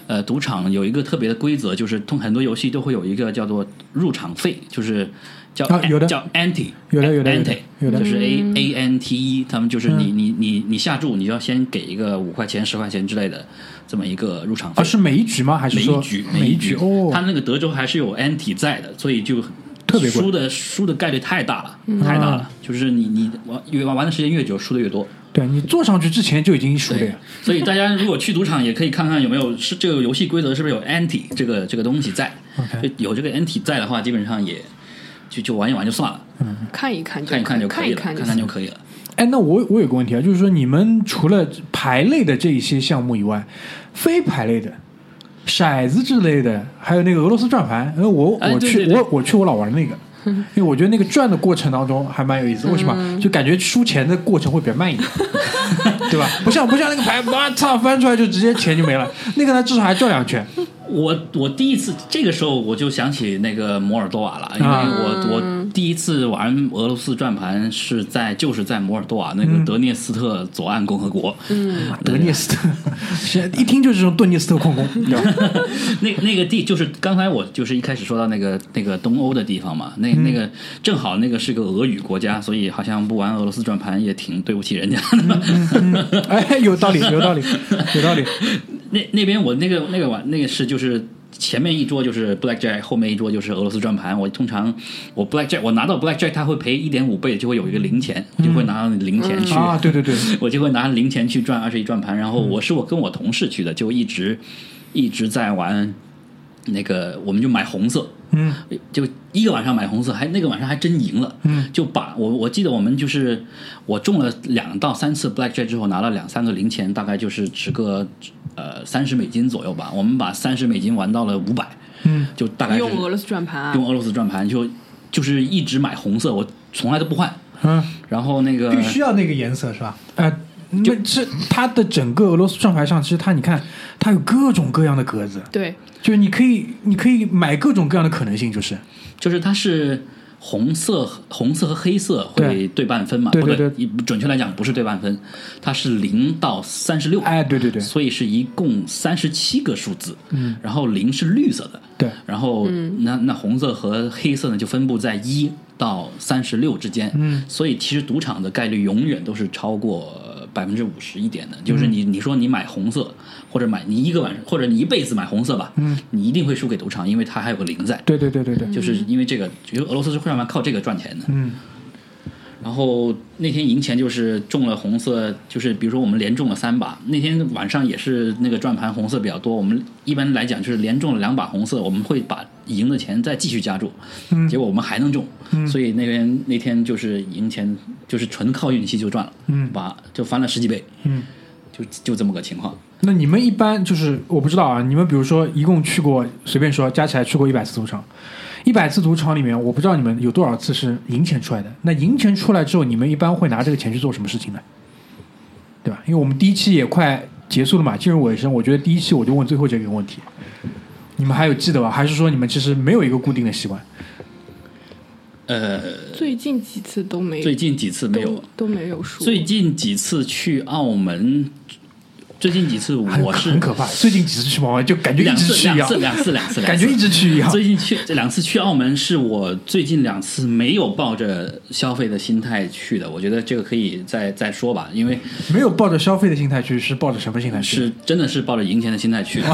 S3: 呃赌场有一个特别的规则，就是通很多游戏都会有一个叫做入场费，就是叫、
S1: 啊有的
S3: 叫 ante，
S1: 有的有的有
S3: ante，
S1: 的有的嗯
S3: 就是 a a n t e，他们就是你、你你你下注，你要先给一个五块钱、十块钱之类的这么一个入场费。
S1: 啊，是每一局吗？还是
S3: 每一
S1: 说
S3: 局
S1: 每
S3: 一
S1: 局？
S3: 他
S1: 哦，
S3: 那个德州还是有 anti 在的，所以就
S1: 特别贵
S3: 输的输的概率太大了，太大
S1: 嗯
S3: 了。就是你你玩越玩玩的时间越久，输的越多。
S1: 对你坐上去之前就已经输了呀。
S3: 所以大家如果去赌场，也可以看看有没有是这个游戏规则是不是有 anti 这个这个东西在。
S1: OK
S3: 就有这个 anti 在的话，基本上也就就玩一玩就算了，
S4: 看一看就
S3: 嗯看一看就可
S4: 看
S3: 以
S4: 一
S3: 了，
S4: 看就
S3: 看看
S4: 行
S3: 就可以了。
S1: 哎，那我我有个问题啊，就是说你们除了牌类的这一些项目以外，非牌类的。骰子之类的，还有那个俄罗斯转盘，因为我
S3: 哎
S1: 我
S3: 对
S1: 去
S3: 对对
S1: 我我去我老玩 那个，因为我觉得那个转的过程当中还蛮有意思。为什
S3: 嗯
S1: 么？就感觉输钱的过程会比较慢一点， 对吧？不像不像那个牌，哇操，翻出来就直接钱就没了。那个呢，至少还转两圈。
S3: 我我第一次这个时候我就想起那个摩尔多瓦了，因为我、我第一次玩俄罗斯转盘是在就是在摩尔多瓦那个德涅斯特左岸共和国，嗯，
S1: 德涅斯特，是一听就是这种顿涅斯特矿工，对吧
S3: 那那个地就是刚才我就是一开始说到那个那个东欧的地方嘛，那那个正好那个是个俄语国家，所以好像不玩俄罗斯转盘也挺对不起人家的。
S1: 哎，有道理，有道理，有道理。
S3: 那那边我那个那个玩那个是就是前面一桌就是 blackjack，后面一桌就是俄罗斯转盘。我通常我 blackjack 我拿到 blackjack，它会赔一点五倍，就会有一个零钱，我就会拿零钱去，
S1: 啊，对对对，
S3: 我就会拿零钱去转二十一转盘。然后我是我跟我同事去的，就一直一直在玩那个，我们就买红色。
S1: 嗯，
S3: 就一个晚上买红色，还那个晚上还真赢了。嗯，就把我我记得我们就是我中了两到三次 blackjack 之后，拿了两三个零钱，大概就是值个呃三十美金左右吧。我们把三十美金玩到了五百，
S1: 嗯，
S3: 就大概是
S4: 用俄罗斯转盘啊
S3: 用，俄罗斯转盘，就就是一直买红色，我从来都不换。
S1: 嗯，
S3: 然后那个
S2: 必须要那个颜色是吧？
S1: 啊，那这它的整个俄罗斯转盘上，其实它你看，它有各种各样的格子，
S4: 对，
S1: 就是你可以你可以买各种各样的可能性，就是
S3: 就是它是红色、红色和黑色会
S1: 对
S3: 对半分嘛？
S1: 对
S3: 不
S1: 对
S3: 对，准确来讲不是对半分，它是零到三十六。
S1: 哎，对对对
S3: 所以是一共三十七个数字，嗯，然后零是绿色的，
S1: 对，嗯
S3: 然后那那红色和黑色呢就分布在一到三十六之间，嗯，所以其实赌场的概率永远都是超过百分之五十一点的，
S1: 嗯
S3: 就是你你说你买红色或者买你一个晚上或者你一辈子买红色吧，嗯，你一定会输给赌场，因为它还有个零在，
S1: 对对对对对，
S3: 就是因为这个，就是俄罗斯是会让靠这个赚钱的。
S1: 嗯，
S3: 然后那天赢钱就是中了红色，就是比如说我们连中了三把，那天晚上也是那个转盘红色比较多，我们一般来讲就是连中了两把红色，我们会把赢的钱再继续加注，
S1: 嗯
S3: 结果我们还能中，所以那边那天就是赢钱就是纯靠运气就赚了，嗯，把就翻了十几倍，
S1: 嗯，
S3: 就就这么个情况。
S1: 那你们一般就是我不知道啊，你们比如说一共去过随便说加起来去过一百次赌场，一百次赌场里面，我不知道你们有多少次是赢钱出来的。那赢钱出来之后，你们一般会拿这个钱去做什么事情呢？对吧？因为我们第一期也快结束了嘛，进入尾声，我觉得第一期我就问最后这个问题，你们还有记得吧？还是说你们其实没有一个固定的习惯？
S3: 呃，
S4: 最近几次都没
S3: 最近几次没有
S4: 都，都没有输，
S3: 最近几次去澳门，最近几次我是
S1: 很可怕，最近几次去毛毛就感觉一
S3: 两
S1: 直
S3: 次
S1: 去一
S3: 两
S1: 样
S3: 次，两次两次，
S1: 感觉一直去一啊样。
S3: 最近去这两次去澳门是我最近两次没有抱着消费的心态去的，我觉得这个可以再再说吧，因为
S1: 没有抱着消费的心态去，是抱着什么心态去？
S3: 是真的是抱着赢钱的心态去的。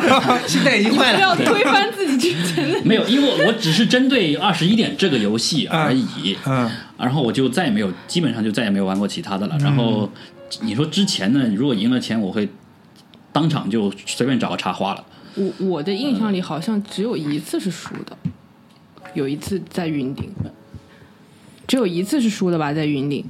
S2: 现在已经坏
S4: 不
S2: 了。
S4: 要推翻自己之前的
S3: 没有，因为我只是针对二十一点这个游戏而已。
S1: 嗯
S3: 然后我就再也没有，基本上就再也没有玩过其他的了。然
S1: 嗯
S3: 后你说之前呢，如果赢了钱，我会当场就随便找个茶花了。
S4: 我我的印象里好像只有一次是输的，有一次在云顶，只有一次是输的吧，在云顶。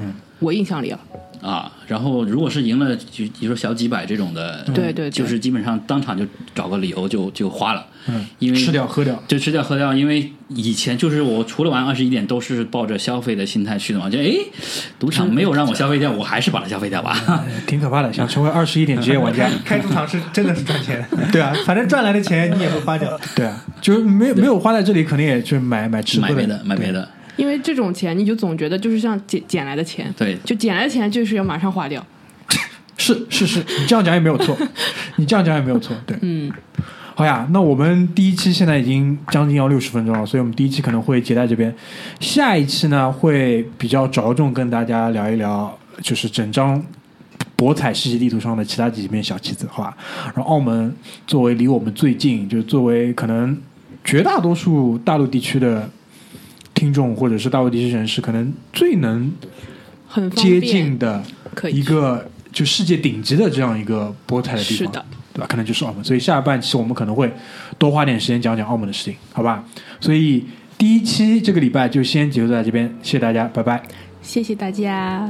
S4: 嗯，我印象里啊，
S3: 啊，然后如果是赢了，就比如说小几百这种的，
S1: 嗯
S4: 对对对
S3: 就是基本上当场就找个理由就就花了，
S1: 嗯，
S3: 因为
S1: 吃掉喝掉，
S3: 就吃掉喝掉，因为以前就是我除了玩二十一点都是抱着消费的心态去的嘛，就哎，赌
S4: 嗯
S3: 场没有让我消费掉，我还是把它消费掉吧。
S1: 哎挺可怕的。想成为二十一点职业玩家，
S2: 开赌场是真的是 赚钱，对啊，反正赚来的钱你也会花掉。
S1: 对啊，就是没有没有花在这里，肯定也去买买吃喝
S3: 买别的，买别
S1: 对
S3: 的，
S4: 因为这种钱你就总觉得就是像捡捡来的钱，
S3: 对
S4: 就捡来的钱就是要马上花掉。
S1: 是是是，你这样讲也没有错，你这样讲也没有错，对，
S4: 嗯，
S1: 好呀，那我们第一期现在已经将近要六十分钟了，所以我们第一期可能会截在这边，下一期呢会比较着重跟大家聊一聊，就是整张博彩世界地图上的其他几面小棋子，好吧？然后澳门作为离我们最近，就是作为可能绝大多数大陆地区的听众或者是大陆地区人士，可能最能
S4: 很方
S1: 接
S4: 便，
S1: 近的
S4: 可
S1: 一
S4: 以
S1: 个就世界顶级的这样一个博彩的地方，
S4: 是的
S1: 对吧？可能就是澳门，所以下半期我们可能会多花点时间讲讲澳门的事情，好吧？所以第一期这个礼拜就先结束在这边，谢谢大家，拜拜。
S4: 谢谢大家。